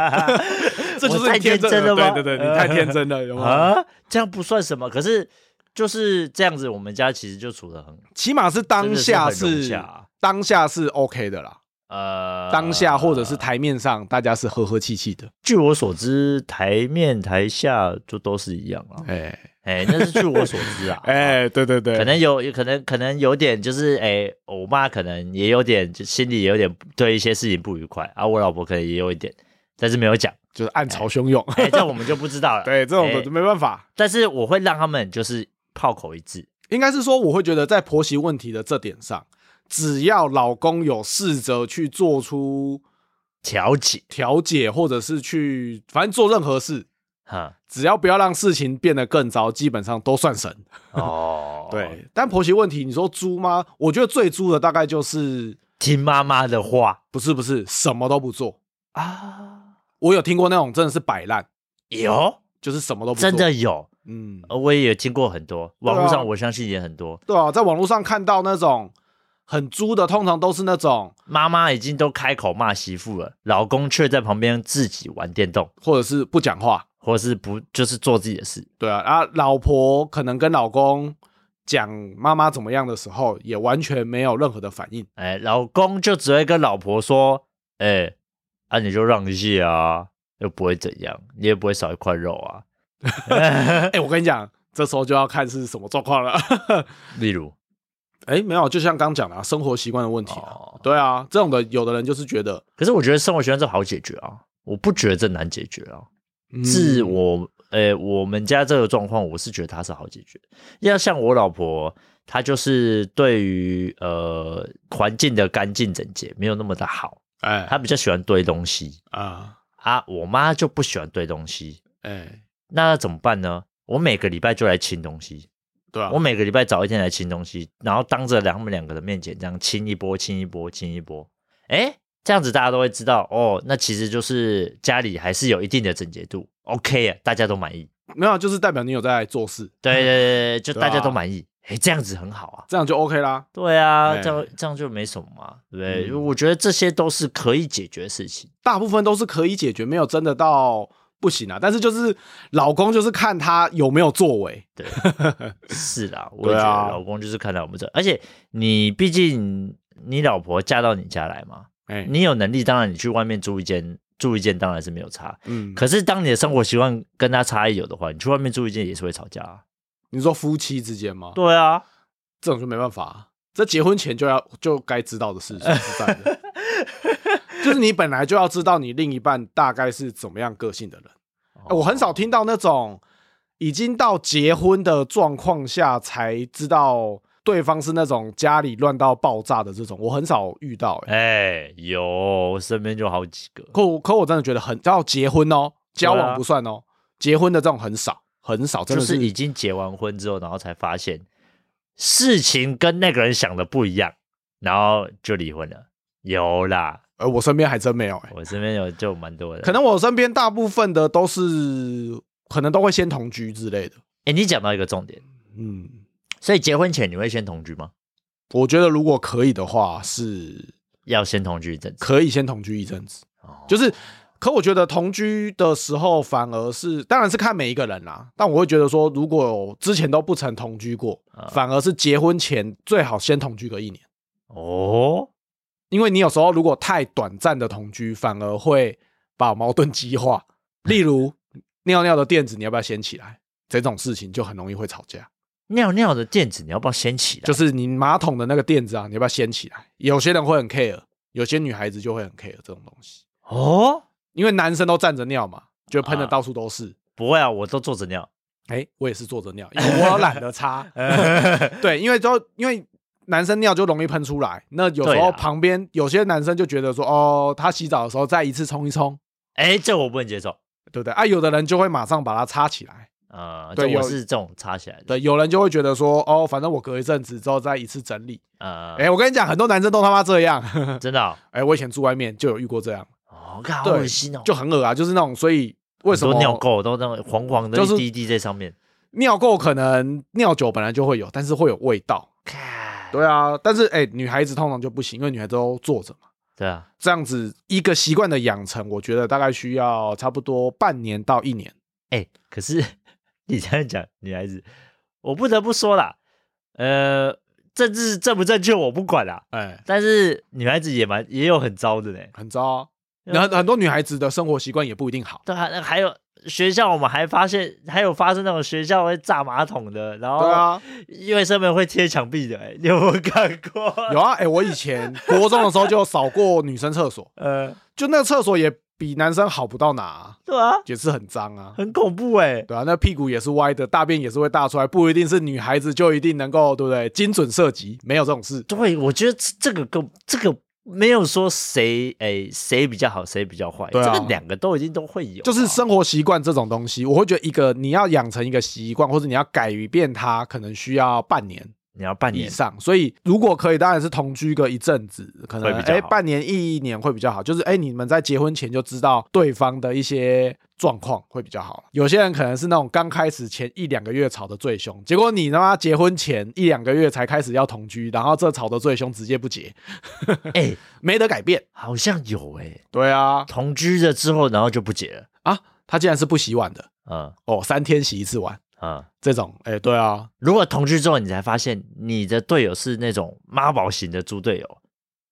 [SPEAKER 2] 这就是
[SPEAKER 1] 我太
[SPEAKER 2] 你天
[SPEAKER 1] 天真了吗
[SPEAKER 2] 对对对，你太天真了，有吗？
[SPEAKER 1] 啊，这样不算什么。可是就是这样子，我们家其实就处的很
[SPEAKER 2] 起码是当
[SPEAKER 1] 真
[SPEAKER 2] 下
[SPEAKER 1] 的是很融
[SPEAKER 2] 是
[SPEAKER 1] 洽啊
[SPEAKER 2] 当下是 OK 的啦，
[SPEAKER 1] 呃，
[SPEAKER 2] 当下或者是台面上大家是和和气气的，
[SPEAKER 1] 据我所知，台面台下就都是一样啊。
[SPEAKER 2] 哎。
[SPEAKER 1] 哎、那是据我所知啊
[SPEAKER 2] 哎，对对对，
[SPEAKER 1] 可能有，可能可能有点，就是哎、我妈可能也有点，就心里有点对一些事情不愉快啊。我老婆可能也有一点，但是没有讲，
[SPEAKER 2] 就是暗潮汹涌，
[SPEAKER 1] 哎、这我们就不知道了。
[SPEAKER 2] 对这种的
[SPEAKER 1] 哎
[SPEAKER 2] 就没办法。
[SPEAKER 1] 但是我会让他们就是炮口一致，
[SPEAKER 2] 应该是说，我会觉得在婆媳问题的这点上，只要老公有试着去做出
[SPEAKER 1] 调解
[SPEAKER 2] 调解，或者是去反正做任何事，
[SPEAKER 1] 哈。
[SPEAKER 2] 只要不要让事情变得更糟，基本上都算神。，，
[SPEAKER 1] 哦
[SPEAKER 2] 对，但婆媳问题，你说猪吗？我觉得最猪的大概就是
[SPEAKER 1] 听妈妈的话
[SPEAKER 2] 不是不是什么都不做。
[SPEAKER 1] 啊，
[SPEAKER 2] 我有听过那种真的是摆烂，
[SPEAKER 1] 有
[SPEAKER 2] 就是什么都不做。
[SPEAKER 1] 真的，有，
[SPEAKER 2] 嗯，
[SPEAKER 1] 呃我也有听过很多，网络
[SPEAKER 2] 对啊
[SPEAKER 1] 上我相信也很多，
[SPEAKER 2] 对啊，在网络上看到那种很猪的，通常都是那种
[SPEAKER 1] 妈妈已经都开口骂媳妇了，老公却在旁边自己玩电动，
[SPEAKER 2] 或者是不讲话，
[SPEAKER 1] 或是不就是做自己的事，
[SPEAKER 2] 对啊，啊，老婆可能跟老公讲妈妈怎么样的时候，也完全没有任何的反应。
[SPEAKER 1] 哎，老公就只会跟老婆说，哎，啊你就让一下啊，又不会怎样，你也不会少一块肉啊，
[SPEAKER 2] 哎、我跟你讲，这时候就要看是什么状况了。
[SPEAKER 1] 例如，
[SPEAKER 2] 哎、没有，就像刚讲的、啊，生活习惯的问题、啊。
[SPEAKER 1] 哦，
[SPEAKER 2] 对啊，这种的，有的人就是觉得、
[SPEAKER 1] 可是我觉得生活习惯这好解决啊，我不觉得这难解决啊，
[SPEAKER 2] 嗯
[SPEAKER 1] 是我，呃、我们家这个状况，我是觉得它是好解决。要像我老婆，她就是对于呃环境的干净整洁没有那么的好，
[SPEAKER 2] 哎
[SPEAKER 1] 她比较喜欢堆东西
[SPEAKER 2] 啊
[SPEAKER 1] 啊。我妈就不喜欢堆东西，
[SPEAKER 2] 哎，
[SPEAKER 1] 那怎么办呢？我每个礼拜就来清东西，
[SPEAKER 2] 对啊
[SPEAKER 1] 我，每个礼拜早一天来清东西，然后当着他们两个的面前这样清一波、清一波、清一波，哎，这样子大家都会知道哦，那其实就是家里还是有一定的整洁度，OK 啊，大家都满意。
[SPEAKER 2] 没有，啊就是代表你有在做事，
[SPEAKER 1] 对对对，对就
[SPEAKER 2] 对
[SPEAKER 1] 大家都
[SPEAKER 2] 啊
[SPEAKER 1] 满意，哎、这样子很好啊。
[SPEAKER 2] 这样就 OK 啦。
[SPEAKER 1] 对啊，
[SPEAKER 2] 哎
[SPEAKER 1] 这样这样就没什么嘛，对不对？
[SPEAKER 2] 嗯
[SPEAKER 1] 我觉得这些都是可以解决的事情。
[SPEAKER 2] 大部分都是可以解决，没有真的到不行啊。但是就是老公就是看他有没有作为，
[SPEAKER 1] 对，是啦，我也觉
[SPEAKER 2] 对啊
[SPEAKER 1] 得老公就是看到我们这，而且你毕竟你老婆嫁到你家来嘛，
[SPEAKER 2] 哎、
[SPEAKER 1] 你有能力，当然你去外面租一间，住一间当然是没有差。
[SPEAKER 2] 嗯，
[SPEAKER 1] 可是当你的生活习惯跟他差异有的话，你去外面住一间也是会吵架、啊。
[SPEAKER 2] 你说夫妻之间吗？
[SPEAKER 1] 对啊，
[SPEAKER 2] 这种就没办法、这结婚前就要就该知道的事，说实在 的，就是你本来就要知道你另一半大概是怎么样个性的人。
[SPEAKER 1] 哦哎
[SPEAKER 2] 我很少听到那种已经到结婚的状况下才知道对方是那种家里乱到爆炸的这种，我很少遇到、欸。
[SPEAKER 1] 哎、有我身边就好几个。
[SPEAKER 2] 可我可我真的觉得很到结婚哦，交
[SPEAKER 1] 对啊
[SPEAKER 2] 往不算哦，结婚的这种很少很少，真
[SPEAKER 1] 就
[SPEAKER 2] 的
[SPEAKER 1] 是已经结完婚之后，然后才发现事情跟那个人想的不一样，然后就离婚了。有啦，
[SPEAKER 2] 呃，我身边还真没有、欸。
[SPEAKER 1] 我身边有就有蛮多的。
[SPEAKER 2] 可能我身边大部分的都是可能都会先同居之类的。
[SPEAKER 1] 哎、你讲到一个重点，
[SPEAKER 2] 嗯，
[SPEAKER 1] 所以结婚前你会先同居吗？
[SPEAKER 2] 我觉得如果可以的话，是
[SPEAKER 1] 要先同居一阵子，
[SPEAKER 2] 可以先同居一阵子。
[SPEAKER 1] 哦
[SPEAKER 2] 就是，可我觉得同居的时候反而是，当然是看每一个人啦。但我会觉得说，如果有之前都不曾同居过，
[SPEAKER 1] 啊
[SPEAKER 2] 反而是结婚前最好先同居个一年，
[SPEAKER 1] 哦，
[SPEAKER 2] 因为你有时候如果太短暂的同居，反而会把矛盾激化。例如尿尿的垫子，你要不要掀起来？这种事情就很容易会吵架。
[SPEAKER 1] 尿尿的垫子你要不要掀起来？
[SPEAKER 2] 就是你马桶的那个垫子啊，你要不要掀起来？有些人会很 care，有些女孩子就会很 care 这种东西，
[SPEAKER 1] 哦，
[SPEAKER 2] 因为男生都站着尿嘛，就喷的
[SPEAKER 1] 啊
[SPEAKER 2] 到处都是。
[SPEAKER 1] 不会啊，我都坐着尿。
[SPEAKER 2] 哎、我也是坐着尿，因 为我懒得擦。对，因为都因为男生尿就容易喷出来，那有时
[SPEAKER 1] 对啦啊
[SPEAKER 2] 候旁边有些男生就觉得说，哦，他洗澡的时候再一次冲一冲，
[SPEAKER 1] 哎、这我不能接受
[SPEAKER 2] 对不对？啊，有的人就会马上把它擦起来，
[SPEAKER 1] 呃，
[SPEAKER 2] 对
[SPEAKER 1] 就我
[SPEAKER 2] 有
[SPEAKER 1] 是这种插起来的，
[SPEAKER 2] 对，有人就会觉得说，哦，反正我隔一阵子之后再一次整理。
[SPEAKER 1] 呃，
[SPEAKER 2] 哎、我跟你讲，很多男生都他妈这样。
[SPEAKER 1] 真的哦，
[SPEAKER 2] 哎、我以前住外面就有遇过这样，
[SPEAKER 1] 哦，看好
[SPEAKER 2] 对
[SPEAKER 1] 恶心哦，
[SPEAKER 2] 就很恶啊，就是那种，所以为什
[SPEAKER 1] 很
[SPEAKER 2] 么
[SPEAKER 1] 多尿垢都那种黄黄的，
[SPEAKER 2] 就是
[SPEAKER 1] 一滴一滴在上面，
[SPEAKER 2] 尿垢可能尿久本来就会有，但是会有味道。
[SPEAKER 1] 看，
[SPEAKER 2] 对啊，但是哎、女孩子通常就不行，因为女孩子都坐着嘛。
[SPEAKER 1] 对啊，
[SPEAKER 2] 这样子一个习惯的养成，我觉得大概需要差不多半年到一年。
[SPEAKER 1] 哎，可是你这样讲女孩子，我不得不说啦，呃，政治正不正确我不管啦，
[SPEAKER 2] 哎、
[SPEAKER 1] 但是女孩子也蛮也有很糟的呢，
[SPEAKER 2] 很糟啊。然后很多女孩子的生活习惯也不一定好。
[SPEAKER 1] 对啊，那还有学校，我们还发现还有发生那种学校会炸马桶的，然
[SPEAKER 2] 对
[SPEAKER 1] 后
[SPEAKER 2] 啊，
[SPEAKER 1] 因为上面会贴墙壁的、哎你有没有看 过？
[SPEAKER 2] 有啊，哎、我以前国中的时候就扫过女生厕所，
[SPEAKER 1] 呃，
[SPEAKER 2] 就那个厕所也比男生好不到哪啊、
[SPEAKER 1] 对啊，
[SPEAKER 2] 也是很脏啊。
[SPEAKER 1] 很恐怖哎、
[SPEAKER 2] 对啊，那屁股也是歪的，大便也是会大出来，不一定是女孩子就一定能够，对不对？精准射击，没有这种事。
[SPEAKER 1] 对，我觉得这这个跟这个没有说谁哎谁比较好，谁比较坏，
[SPEAKER 2] 对啊
[SPEAKER 1] 这个两个都已经都会有啊、
[SPEAKER 2] 就是生活习惯这种东西，我会觉得一个你要养成一个习惯，或者你要改变它，可能需要半年
[SPEAKER 1] 你要半
[SPEAKER 2] 以
[SPEAKER 1] 年
[SPEAKER 2] 上。所以如果可以，当然是同居个一阵子，可能
[SPEAKER 1] 会比较
[SPEAKER 2] 哎
[SPEAKER 1] 好
[SPEAKER 2] 半年一年会比较好。就是哎你们在结婚前就知道对方的一些状况会比较好。有些人可能是那种刚开始前一两个月吵得最凶，结果你他妈结婚前一两个月才开始要同居，然后这吵得最凶，直接不结，
[SPEAKER 1] 哎、
[SPEAKER 2] 没得改变。
[SPEAKER 1] 好像有哎、
[SPEAKER 2] 对啊，
[SPEAKER 1] 同居了之后，然后就不结了，
[SPEAKER 2] 啊他竟然是不洗碗的
[SPEAKER 1] 嗯
[SPEAKER 2] 哦，三天洗一次碗
[SPEAKER 1] 嗯。
[SPEAKER 2] 这种，哎对啊，
[SPEAKER 1] 如果同居之后，你才发现你的队友是那种妈宝型的猪队友，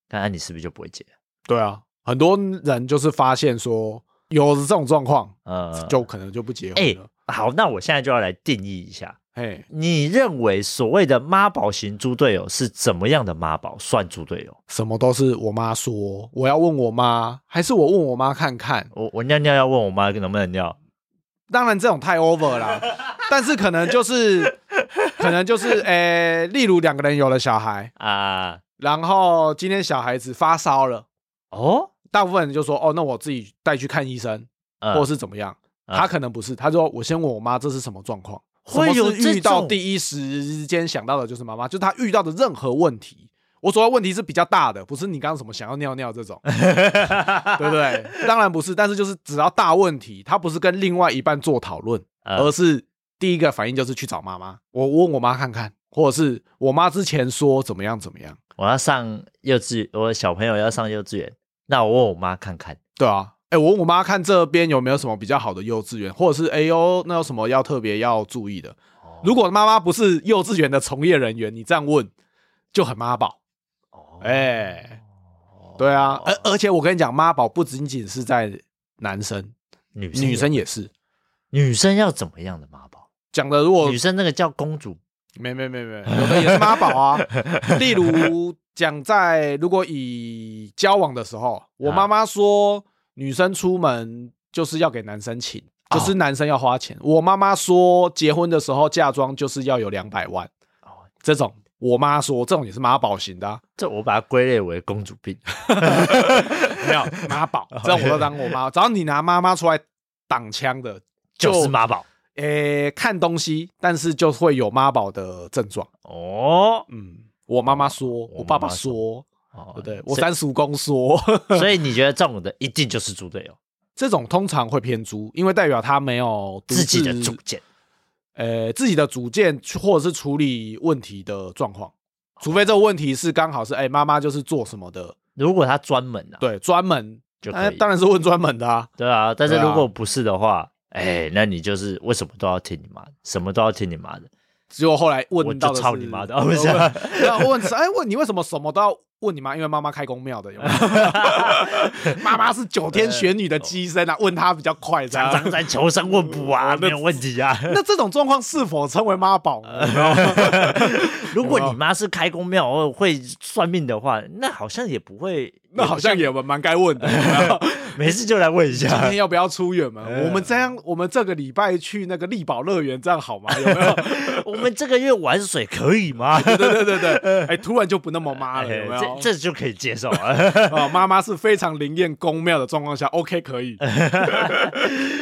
[SPEAKER 1] 看看你是不是就不会结？
[SPEAKER 2] 对
[SPEAKER 1] 哎
[SPEAKER 2] 啊，很多人就是发现说有这种状况，
[SPEAKER 1] 呃，
[SPEAKER 2] 就可能就不结
[SPEAKER 1] 哎
[SPEAKER 2] 婚了。、
[SPEAKER 1] 好，那我现在就要来定义一下，
[SPEAKER 2] 嘿，
[SPEAKER 1] 你认为所谓的妈宝型猪队友是怎么样的妈宝算猪队友？
[SPEAKER 2] 什么都是我妈说，我要问我妈，还是我问我妈看看？
[SPEAKER 1] 我我尿尿要问我妈能不能 尿，
[SPEAKER 2] 当然这种太 over 啦，但是可能就是，可能就是，诶、例如两个人有了小孩，
[SPEAKER 1] 啊、
[SPEAKER 2] 然后今天小孩子发烧了，
[SPEAKER 1] 哦，
[SPEAKER 2] 大部分人就说，哦，那我自己带去看医生，
[SPEAKER 1] 呃
[SPEAKER 2] 或是怎么样。
[SPEAKER 1] 嗯
[SPEAKER 2] 他可能不是，他说我先问我妈这是什么状况，
[SPEAKER 1] 会有
[SPEAKER 2] 什么是遇
[SPEAKER 1] 这
[SPEAKER 2] 到
[SPEAKER 1] 种
[SPEAKER 2] 第一时间想到的就是妈妈，就是他遇到的任何问题。我所谓问题是比较大的，不是你刚刚什么想要尿尿这 种，对不对？当然不是，但是就是只要大问题，他不是跟另外一半做讨论，
[SPEAKER 1] 呃
[SPEAKER 2] 而是第一个反应就是去找妈妈，我问我妈看看，或者是我妈之前说怎么样怎么样，
[SPEAKER 1] 我要上幼稚，我的小朋友要上幼稚园，那我问我妈看看，
[SPEAKER 2] 对啊。哎、我问我妈看这边有没有什么比较好的幼稚园，或者是哎呦，那有什么要特别要注意的？如果妈妈不是幼稚园的从业人员，你这样问就很妈宝。
[SPEAKER 1] 哦
[SPEAKER 2] 哎对啊，而、
[SPEAKER 1] 呃，
[SPEAKER 2] 而且我跟你讲，妈宝不仅仅是在男生，
[SPEAKER 1] 女生
[SPEAKER 2] 女生也是。
[SPEAKER 1] 女生要怎么样的妈宝？
[SPEAKER 2] 讲的如果
[SPEAKER 1] 女生那个叫公主，
[SPEAKER 2] 没没没没， 有的也是妈宝啊。 例如讲在如果以交往的时候，我妈妈说女生出门就是要给男生请，
[SPEAKER 1] 哦
[SPEAKER 2] 就是男生要花钱。我妈妈说结婚的时候嫁妆就是要有两百万
[SPEAKER 1] 哦，
[SPEAKER 2] 这种我妈说这种也是妈宝型的 啊、
[SPEAKER 1] 这我把它归类为公主病。
[SPEAKER 2] 没有妈宝，这样我都当我妈。只要你拿妈妈出来挡枪的，
[SPEAKER 1] 就是妈宝
[SPEAKER 2] 诶、看东西，但是就会有妈宝的症状。
[SPEAKER 1] 哦。
[SPEAKER 2] 嗯，我妈妈说，
[SPEAKER 1] 妈
[SPEAKER 2] 我爸爸
[SPEAKER 1] 妈说
[SPEAKER 2] 说，
[SPEAKER 1] 哦
[SPEAKER 2] 对不对？我
[SPEAKER 1] 所
[SPEAKER 2] 三叔公说，
[SPEAKER 1] 以所以你觉得这种的一定就是猪队友，
[SPEAKER 2] 这种通常会偏猪，因为代表他没有独
[SPEAKER 1] 自己的
[SPEAKER 2] 自
[SPEAKER 1] 主，见。
[SPEAKER 2] 呃，自己的主见或者是处理问题的状况。除非这个问题是刚好是哎，妈妈就是做什么的，
[SPEAKER 1] 如果他专门啊，
[SPEAKER 2] 对，专门，
[SPEAKER 1] 就
[SPEAKER 2] 哎
[SPEAKER 1] 可以，
[SPEAKER 2] 当然是问专门的啊。
[SPEAKER 1] 对啊。但是
[SPEAKER 2] 对啊
[SPEAKER 1] 如果不是的话，哎，那你就是为什么都要听你妈的，什么都要听你妈的，
[SPEAKER 2] 结果后来
[SPEAKER 1] 我
[SPEAKER 2] 问
[SPEAKER 1] 就
[SPEAKER 2] 到的
[SPEAKER 1] 操
[SPEAKER 2] 是
[SPEAKER 1] 你妈的哦不是啊
[SPEAKER 2] 问要问是哎问你为什么什么都要问你妈？因为妈妈开公庙的，有没有妈妈是九天玄女的机身啊，问她比较快，这样
[SPEAKER 1] 常常在求生问卜 啊，没有问题啊。
[SPEAKER 2] 那这种状况是否称为妈宝
[SPEAKER 1] 呃
[SPEAKER 2] 呢？ 哦
[SPEAKER 1] 呃如果你妈是开公庙或会算命的话，那好像也不会
[SPEAKER 2] 那好像也蛮该问 的。有没有
[SPEAKER 1] 没事就来问一
[SPEAKER 2] 今
[SPEAKER 1] 下
[SPEAKER 2] 天。要不要出远门？
[SPEAKER 1] 嗯
[SPEAKER 2] 我们这样，我们这个礼拜去那个力宝乐园，这样 好吗？有没有？
[SPEAKER 1] 我们这个月玩水可以吗？
[SPEAKER 2] 对对对对 对，哎，突然就不那么妈了，有没有
[SPEAKER 1] 哎这？这就可以接受 啊。
[SPEAKER 2] 哦，妈妈是非常灵验宫庙的状况下，OK 可以。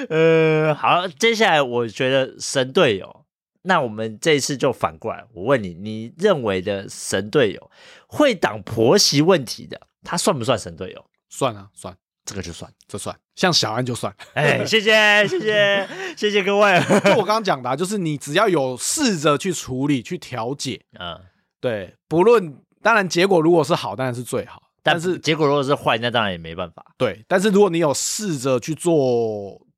[SPEAKER 1] 呃，好，接下来我觉得神队友，那我们这一次就反过来，我问你，你认为的神队友会挡婆媳问题的，他算不算神队友？
[SPEAKER 2] 算啊，算，
[SPEAKER 1] 这个就算。
[SPEAKER 2] 这算，像小安 就算。
[SPEAKER 1] 哎，谢谢，谢谢，谢谢各位。
[SPEAKER 2] 就我刚刚讲的、啊，就是你只要有试着去处理、去调解，
[SPEAKER 1] 嗯，
[SPEAKER 2] 对，不论当然结果如果是好，当然是最好。但
[SPEAKER 1] 但
[SPEAKER 2] 是
[SPEAKER 1] 是结果如果是坏，那当然也没办法。
[SPEAKER 2] 对，但是如果你有试着去做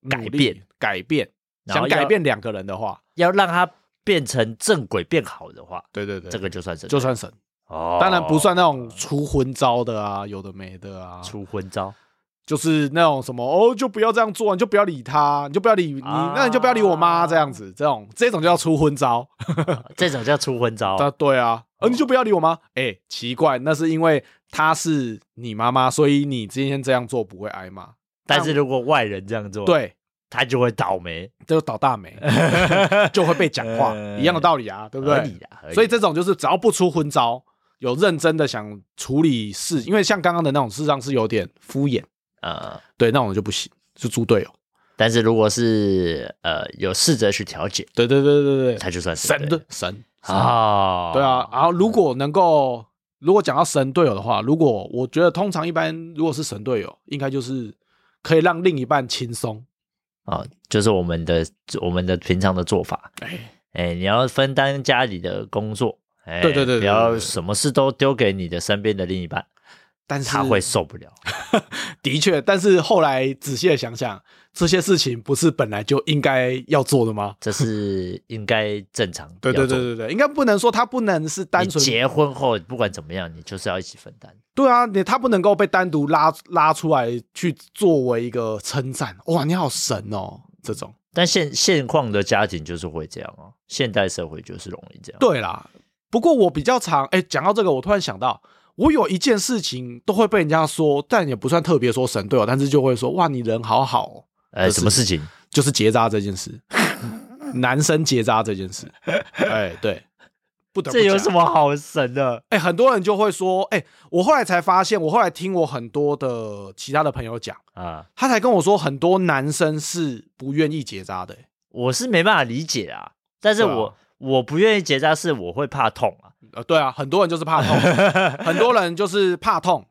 [SPEAKER 2] 努
[SPEAKER 1] 改
[SPEAKER 2] 力
[SPEAKER 1] 变、
[SPEAKER 2] 改变，
[SPEAKER 1] 然后
[SPEAKER 2] 想
[SPEAKER 1] 要
[SPEAKER 2] 改变两个人的话，
[SPEAKER 1] 要让他变成正轨变好的话，
[SPEAKER 2] 对对对，
[SPEAKER 1] 这个就算神队
[SPEAKER 2] 就
[SPEAKER 1] 友，
[SPEAKER 2] 算神。
[SPEAKER 1] 哦，
[SPEAKER 2] 当然不算那种出昏招的啊，有的没的啊，
[SPEAKER 1] 出昏招。
[SPEAKER 2] 就是那种什么哦，就不要这样做，你就不要理他，你就不要理你，
[SPEAKER 1] 啊
[SPEAKER 2] 那你就不要理我妈这样子，这种这种叫出昏招。
[SPEAKER 1] 这种叫出昏招
[SPEAKER 2] 啊，对啊，呃，你就不要理我妈。哎，奇怪，那是因为她是你妈妈，所以你今天这样做不会挨骂。
[SPEAKER 1] 但是如果外人这样做，，
[SPEAKER 2] 对，
[SPEAKER 1] 他就会倒霉，
[SPEAKER 2] 这就倒 大霉，就会被讲话，
[SPEAKER 1] 呃
[SPEAKER 2] 一样的道理啊，对不
[SPEAKER 1] 合理
[SPEAKER 2] 对？
[SPEAKER 1] 的，合理
[SPEAKER 2] 所以这种就是只要不出昏招，有认真的想处理事，因为像刚刚的那种，事实上是有点敷衍。
[SPEAKER 1] 呃，
[SPEAKER 2] 对，那种就不行，是猪队友。
[SPEAKER 1] 但是如果是呃有试着去调解，
[SPEAKER 2] 对对对对对，
[SPEAKER 1] 他就算是
[SPEAKER 2] 神
[SPEAKER 1] 对
[SPEAKER 2] 的神啊，
[SPEAKER 1] 啊，
[SPEAKER 2] 对啊。然后如果能够，如果讲到神队友的话，如果我觉得通常一般如果是神队友，应该就是可以让另一半轻松。
[SPEAKER 1] 啊，就是我们的我们的平常的做法，
[SPEAKER 2] 哎，
[SPEAKER 1] 哎，你要分担家里的工作，哎，
[SPEAKER 2] 对对对对对
[SPEAKER 1] 不要什么事都丢给你的身边的另一半，
[SPEAKER 2] 但是
[SPEAKER 1] 他会受不了，
[SPEAKER 2] 的确，但是后来仔细的想想，这些事情不是本来就应该要做的吗？
[SPEAKER 1] 这是应该正常
[SPEAKER 2] 对对
[SPEAKER 1] 要做
[SPEAKER 2] 对
[SPEAKER 1] 的。
[SPEAKER 2] 对对，应该不能说他不能是单
[SPEAKER 1] 你
[SPEAKER 2] 纯
[SPEAKER 1] 结婚后不管怎么样，你就是要一起分担。
[SPEAKER 2] 对啊，你他不能够被单独拉拉出来去作为一个称赞，哇，你好神哦，这种。
[SPEAKER 1] 但现现况的家庭就是会这样哦，现代社会就是容易这样。
[SPEAKER 2] 对啦，不过我比较常，哎，讲到这个，我突然想到，我有一件事情都会被人家说，但也不算特别说神队友，但是就会说，哇，你人好好、哦，
[SPEAKER 1] 呃，
[SPEAKER 2] 就是
[SPEAKER 1] 什么事情？
[SPEAKER 2] 就是结扎这件事， 男生结扎这件事，哎，对，不得不
[SPEAKER 1] 这有什
[SPEAKER 2] 讲
[SPEAKER 1] 么好神的？
[SPEAKER 2] 哎、很多人就会说，哎、我后来才发现，我后来听我很多的其他的朋友讲，
[SPEAKER 1] 啊，
[SPEAKER 2] 他才跟我说，很多男生是不愿意结扎的、哎
[SPEAKER 1] 我是没办法理解啊。但是
[SPEAKER 2] 对啊
[SPEAKER 1] 我、我不愿意结扎，是我会怕痛啊。
[SPEAKER 2] 呃，对啊，很多人就是 怕痛，很多人就是怕痛，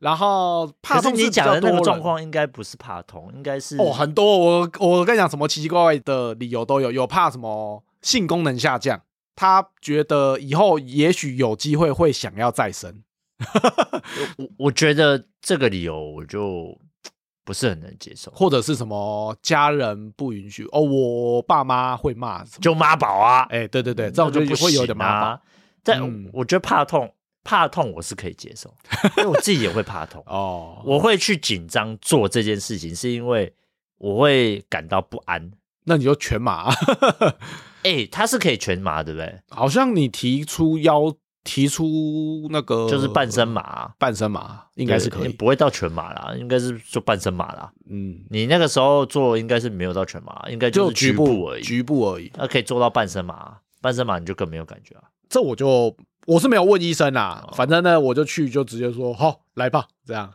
[SPEAKER 2] 然后怕
[SPEAKER 1] 可是
[SPEAKER 2] 痛
[SPEAKER 1] 你
[SPEAKER 2] 比较
[SPEAKER 1] 讲的那个
[SPEAKER 2] 多
[SPEAKER 1] 状
[SPEAKER 2] 人
[SPEAKER 1] 况，应该不是怕痛，应该是
[SPEAKER 2] 哦，很多我我跟你讲，什么奇奇怪怪的理由都有，有怕什么性功能下降，他觉得以后也许有机会会想要再生，
[SPEAKER 1] 我我觉得这个理由我就不是很能接受，
[SPEAKER 2] 或者是什么家人不允许哦，我爸妈会骂什么，
[SPEAKER 1] 就妈宝啊，
[SPEAKER 2] 哎、对对对，这
[SPEAKER 1] 那
[SPEAKER 2] 种就
[SPEAKER 1] 不
[SPEAKER 2] 会有
[SPEAKER 1] 行
[SPEAKER 2] 点麻烦、
[SPEAKER 1] 啊。但
[SPEAKER 2] 嗯
[SPEAKER 1] 我觉得怕痛，怕痛我是可以接 受，因为我自己也会怕痛。
[SPEAKER 2] 哦。
[SPEAKER 1] 我会去紧张做这件事情，是因为我会感到不安。
[SPEAKER 2] 那你就全麻，
[SPEAKER 1] 哎、他是可以全麻，对不对？
[SPEAKER 2] 好像你提出要提出那个
[SPEAKER 1] 就是半身麻，啊
[SPEAKER 2] 半身麻应该是可
[SPEAKER 1] 对
[SPEAKER 2] 以，
[SPEAKER 1] 不会到全麻啦，应该是就半身麻啦。
[SPEAKER 2] 嗯，
[SPEAKER 1] 你那个时候做应该是没有到全麻，应该
[SPEAKER 2] 就是
[SPEAKER 1] 局
[SPEAKER 2] 部
[SPEAKER 1] 而已。
[SPEAKER 2] 局部而已。
[SPEAKER 1] 那可以做到半身麻，半身麻你就更没有感觉啊。
[SPEAKER 2] 这我就我是没有问医生啦，
[SPEAKER 1] 哦
[SPEAKER 2] 反正呢我就去就直接说好来吧这样。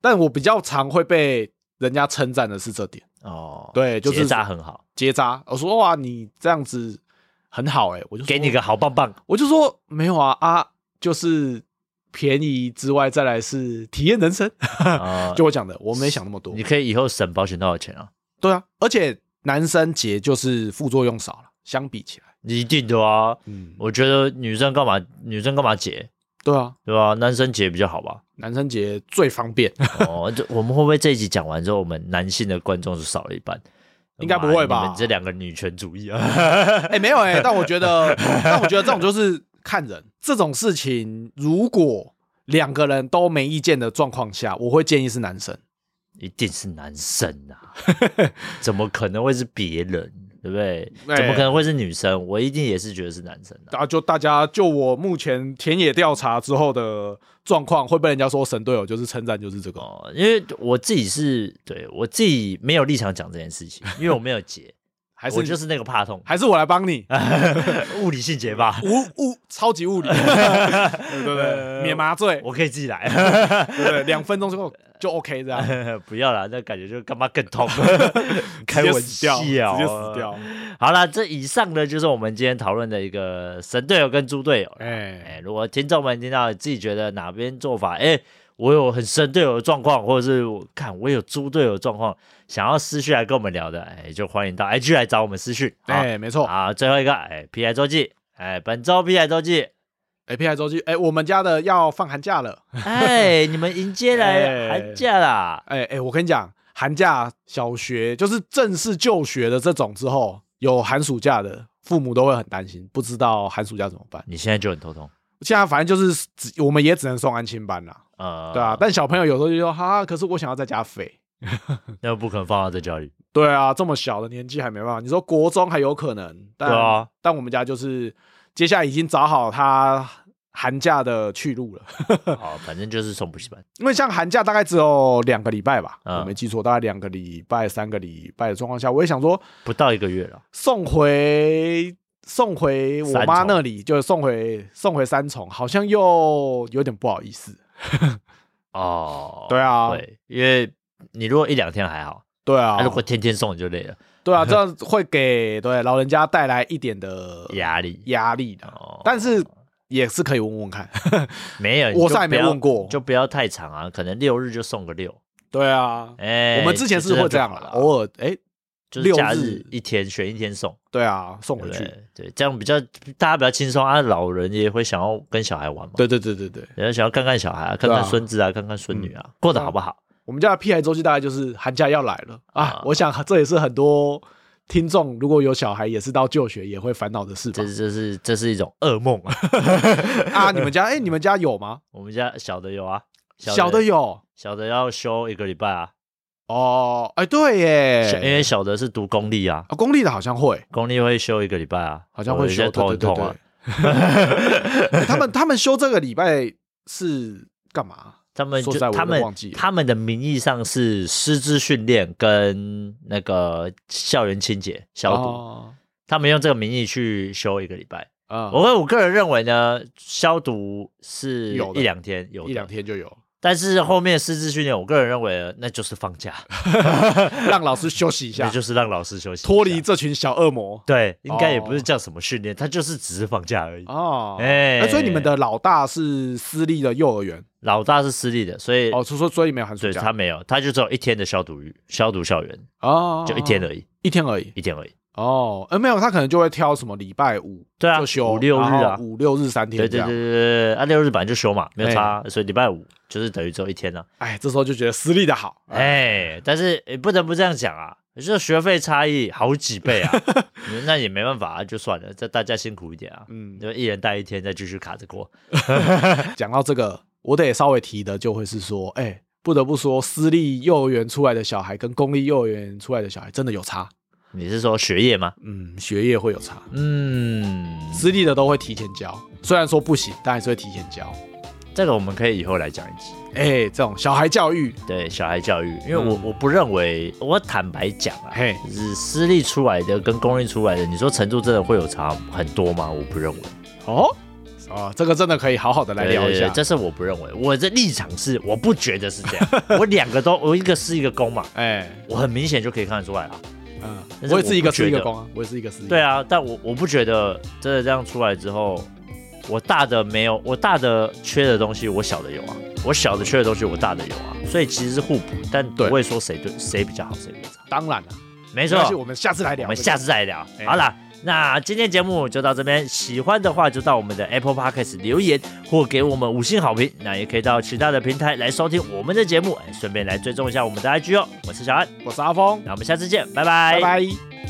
[SPEAKER 2] 但我比较常会被人家称赞的是这点，
[SPEAKER 1] 哦，，
[SPEAKER 2] 对，就是
[SPEAKER 1] 结扎很好，
[SPEAKER 2] 结扎。我说哇你这样子很好哎、我就说
[SPEAKER 1] 给你个，好棒棒。
[SPEAKER 2] 我就说没有啊啊，就是便宜之外再来是体验人生，
[SPEAKER 1] 啊
[SPEAKER 2] 就我讲的，我没想那么多
[SPEAKER 1] 你。可以以后省保险多少钱啊？
[SPEAKER 2] 对啊，而且男生结就是副作用少了，相比起来，
[SPEAKER 1] 一定的啊！
[SPEAKER 2] 嗯，
[SPEAKER 1] 我觉得女生干嘛女生干嘛结，
[SPEAKER 2] 对啊，
[SPEAKER 1] 对吧？男生结比较好吧？
[SPEAKER 2] 男生结最方 便。
[SPEAKER 1] 哦，就我们会不会这一集讲完之后，我们男性的观众就少了一半？
[SPEAKER 2] 应该不会吧
[SPEAKER 1] 妈你们这两个女权主义啊！
[SPEAKER 2] 哎、没有哎、但我觉得，但我觉得这种就是看人这种事情，如果两个人都没意见的状况下，我会建议是男生。
[SPEAKER 1] 一定是男生啊，怎么可能会是别人？对不对？
[SPEAKER 2] 哎
[SPEAKER 1] 怎么可能会是女生？我一定也是觉得是男生的、
[SPEAKER 2] 啊，就大家就我目前田野调查之后的状况，会被人家说神队友就是称赞就是这个，
[SPEAKER 1] 哦，因为我自己是对我自己没有立场讲这件 事情，因为我没有结，
[SPEAKER 2] 还是
[SPEAKER 1] 我就是那个怕 痛，
[SPEAKER 2] 还是我来 帮你，
[SPEAKER 1] 物理性结巴，
[SPEAKER 2] 物物超 级物理，对不对？免麻醉，
[SPEAKER 1] 呃我可以自己 来，
[SPEAKER 2] 对不对？两分钟之后就 OK 这样，
[SPEAKER 1] 不要啦，那感觉就干嘛更痛，开
[SPEAKER 2] 直接
[SPEAKER 1] 玩
[SPEAKER 2] 死掉，
[SPEAKER 1] 笑，啊
[SPEAKER 2] 直接死掉。
[SPEAKER 1] 好了，这以上呢就是我们今天讨论的一个神队友跟猪队友了。哎、
[SPEAKER 2] 哎，
[SPEAKER 1] 如果听众们听到自己觉得哪边做法，哎、我有很神队友的状况，或者是我看我有猪队友的状况，想要私讯来跟我们聊的，哎、就欢迎到 IG 来找我们私讯。哎，
[SPEAKER 2] 哎，没错
[SPEAKER 1] 好，最后一个，哎、皮海周记，哎、本周皮海周 记，
[SPEAKER 2] ，API 周记，哎，我们家的要放寒假了，
[SPEAKER 1] 哎、你们迎接来
[SPEAKER 2] 哎
[SPEAKER 1] 寒假啦，
[SPEAKER 2] 哎哎，我跟你讲，寒假小学就是正式就学的这种之后，有寒暑假的。父母都会很担心，不知道寒暑假怎么办。
[SPEAKER 1] 你现在就很头痛，
[SPEAKER 2] 现在反正就是只，我们也只能送安亲班啦，
[SPEAKER 1] 呃，
[SPEAKER 2] 对啊。但小朋友有时候就说：“哈，可是我想要在家飞。”
[SPEAKER 1] 那不可能放他在 家里，
[SPEAKER 2] 对啊，这么小的年纪还没办法。你说国中还有可能，但、
[SPEAKER 1] 对啊
[SPEAKER 2] 但我们家就是接下来已经找好他寒假的去路了，
[SPEAKER 1] 好，哦反正就是送补习班，
[SPEAKER 2] 因为像寒假大概只有两个礼拜吧，
[SPEAKER 1] 嗯
[SPEAKER 2] 我没记错，大概两个礼拜、三个礼拜的状况下，我也想说
[SPEAKER 1] 不到一个月了，
[SPEAKER 2] 送回送回我妈
[SPEAKER 1] 三重
[SPEAKER 2] 那里，就是送回送回三重，好像又有点不好意思。
[SPEAKER 1] 哦，
[SPEAKER 2] 对啊，
[SPEAKER 1] 对，因为你如果一两天还好，
[SPEAKER 2] 对啊
[SPEAKER 1] 啊、，如果天天送你就累了，
[SPEAKER 2] 对啊，这样会给对老人家带来一点的
[SPEAKER 1] 压力。
[SPEAKER 2] 压力的，
[SPEAKER 1] 哦
[SPEAKER 2] 呃但是也是可以问 问看。
[SPEAKER 1] 没有，
[SPEAKER 2] 我
[SPEAKER 1] 你就
[SPEAKER 2] 上也没
[SPEAKER 1] 不要
[SPEAKER 2] 问过
[SPEAKER 1] 就不要太长啊，可能六日就送个六。
[SPEAKER 2] 对啊，
[SPEAKER 1] 哎，
[SPEAKER 2] 我们之前是会这样啦，
[SPEAKER 1] 了，
[SPEAKER 2] 偶尔哎，
[SPEAKER 1] 就是假
[SPEAKER 2] 六
[SPEAKER 1] 日
[SPEAKER 2] 日
[SPEAKER 1] 一天选一天送，
[SPEAKER 2] 对啊，送
[SPEAKER 1] 对
[SPEAKER 2] 回
[SPEAKER 1] 不
[SPEAKER 2] 去。
[SPEAKER 1] 对？对，这样比较大家比较轻松啊，老人也会想要跟小孩玩嘛，
[SPEAKER 2] 对对对对对，
[SPEAKER 1] 然后想要看看小孩啊，看
[SPEAKER 2] 啊嗯
[SPEAKER 1] 看孙子啊，看看孙女啊，过得好不好？
[SPEAKER 2] 我们家的屁孩周期大概就是寒假要来了啊
[SPEAKER 1] 啊，
[SPEAKER 2] 我想这也是很多听众如果有小孩也是到就学也会烦恼的事吧
[SPEAKER 1] 这。是这是这是一种噩梦 啊！
[SPEAKER 2] 啊，你们家哎，你们家有吗？
[SPEAKER 1] 我们家小的有啊，
[SPEAKER 2] 小
[SPEAKER 1] 的
[SPEAKER 2] 的有
[SPEAKER 1] 小的要休一个礼拜啊，
[SPEAKER 2] 哦，哎，对
[SPEAKER 1] 小因为
[SPEAKER 2] 耶，
[SPEAKER 1] 小的是读公立啊，
[SPEAKER 2] 啊，公立的好像会，
[SPEAKER 1] 公立会休一个礼拜啊，
[SPEAKER 2] 好像
[SPEAKER 1] 我
[SPEAKER 2] 会
[SPEAKER 1] 有些
[SPEAKER 2] 修，
[SPEAKER 1] 头很
[SPEAKER 2] 对对对
[SPEAKER 1] 痛啊
[SPEAKER 2] 对。哎 他们他们修这个礼拜是干嘛？
[SPEAKER 1] 他们就
[SPEAKER 2] 说实在我有
[SPEAKER 1] 他
[SPEAKER 2] 点
[SPEAKER 1] 们
[SPEAKER 2] 忘记了
[SPEAKER 1] 他们的名义上是师资训练跟那个校园清洁消毒，
[SPEAKER 2] 哦
[SPEAKER 1] 他们用这个名义去休一个礼拜。
[SPEAKER 2] 啊，
[SPEAKER 1] 我我个人认为呢，消毒是
[SPEAKER 2] 有的
[SPEAKER 1] 一两天有的
[SPEAKER 2] 一两，天就有，
[SPEAKER 1] 但是后面师资训练，我个人认为那就是放 假，
[SPEAKER 2] 让老师休息一
[SPEAKER 1] 那
[SPEAKER 2] 下，
[SPEAKER 1] 就是让老师休息一下，
[SPEAKER 2] 脱离这群小恶魔。
[SPEAKER 1] 对，应该也不是叫什么训练，他就是只是放假而已。
[SPEAKER 2] 哦，
[SPEAKER 1] 哎
[SPEAKER 2] 那所以你们的老大是私立的幼儿园
[SPEAKER 1] 老大是私立的，所以
[SPEAKER 2] 哦，所以说所以没有寒暑
[SPEAKER 1] 对
[SPEAKER 2] 假，
[SPEAKER 1] 他没有，他就只有一天的消毒日消毒校园，
[SPEAKER 2] 哦，
[SPEAKER 1] 就一天
[SPEAKER 2] 的
[SPEAKER 1] 而已，
[SPEAKER 2] 一天而已
[SPEAKER 1] 一天而已。
[SPEAKER 2] 哦，呃没有，他可能就会挑什么礼拜五
[SPEAKER 1] 对啊
[SPEAKER 2] 就休
[SPEAKER 1] 五六日啊
[SPEAKER 2] 然后五六日三
[SPEAKER 1] 对
[SPEAKER 2] 天
[SPEAKER 1] 对对
[SPEAKER 2] 这样
[SPEAKER 1] 对，对，啊，六日本来就休嘛，没有差，所以礼拜五就是等于只有一天了、
[SPEAKER 2] 哎，这时候就觉得私立的好，哎，
[SPEAKER 1] 哎，但是也不得不这样讲啊，这学费差异好几倍啊，那也没办法啊，就算了，这大家辛苦一点啊，
[SPEAKER 2] 嗯，
[SPEAKER 1] 就一人带一天，再继续卡着过。
[SPEAKER 2] 哎讲到这个，我得稍微提的就会是说，哎，不得不说，私立幼儿园出来的小孩跟公立幼儿园出来的小孩真的有差，
[SPEAKER 1] 你是说学业吗？
[SPEAKER 2] 嗯，学业会有差，
[SPEAKER 1] 嗯，
[SPEAKER 2] 私立的都会提前教，虽然说不行，但还是会提前教，
[SPEAKER 1] 这个我们可以以后来讲一集。
[SPEAKER 2] 哎，这种小孩教育，
[SPEAKER 1] 对小孩教育，因为我、
[SPEAKER 2] 嗯
[SPEAKER 1] 我不认为，我坦白讲啊，
[SPEAKER 2] 嘿
[SPEAKER 1] 就是私立出来的跟公立出来的，你说程度真的会有差很多吗？我不认为。
[SPEAKER 2] 哦，啊，这个真的可以好好的来聊
[SPEAKER 1] 对
[SPEAKER 2] 一
[SPEAKER 1] 对
[SPEAKER 2] 下
[SPEAKER 1] 对。这是我不认为，我的立场是我不觉得是这样，我两个都，我一个是一个公嘛，
[SPEAKER 2] 哎，
[SPEAKER 1] 我很明显就可以看得出来啊。
[SPEAKER 2] 嗯，
[SPEAKER 1] 但是
[SPEAKER 2] 我也是一
[SPEAKER 1] 我
[SPEAKER 2] 个
[SPEAKER 1] 不觉得
[SPEAKER 2] 是一个公啊，我也是一个是一个。
[SPEAKER 1] 对，啊，但我我不觉得真的这样出来之后，我大的没有，我大的缺的东西，我小的有啊，我小的缺的东西，我大的有啊，所以其实是互补，但不
[SPEAKER 2] 对
[SPEAKER 1] 会说谁对谁比较好，谁比较差。
[SPEAKER 2] 当然了，
[SPEAKER 1] 没
[SPEAKER 2] 没
[SPEAKER 1] 错
[SPEAKER 2] 关系，，我们下次来聊这个。
[SPEAKER 1] 我们下次再聊。
[SPEAKER 2] 哎
[SPEAKER 1] 好了，那今天节目就到这边，喜欢的话就到我们的 Apple Podcast 留言或给我们五星好评，那也可以到其他的平台来收听我们的节目，哎，顺便来追踪一下我们的 IG 哦。我是小安，
[SPEAKER 2] 我是阿峰，
[SPEAKER 1] 那我们下次见，拜
[SPEAKER 2] 拜拜。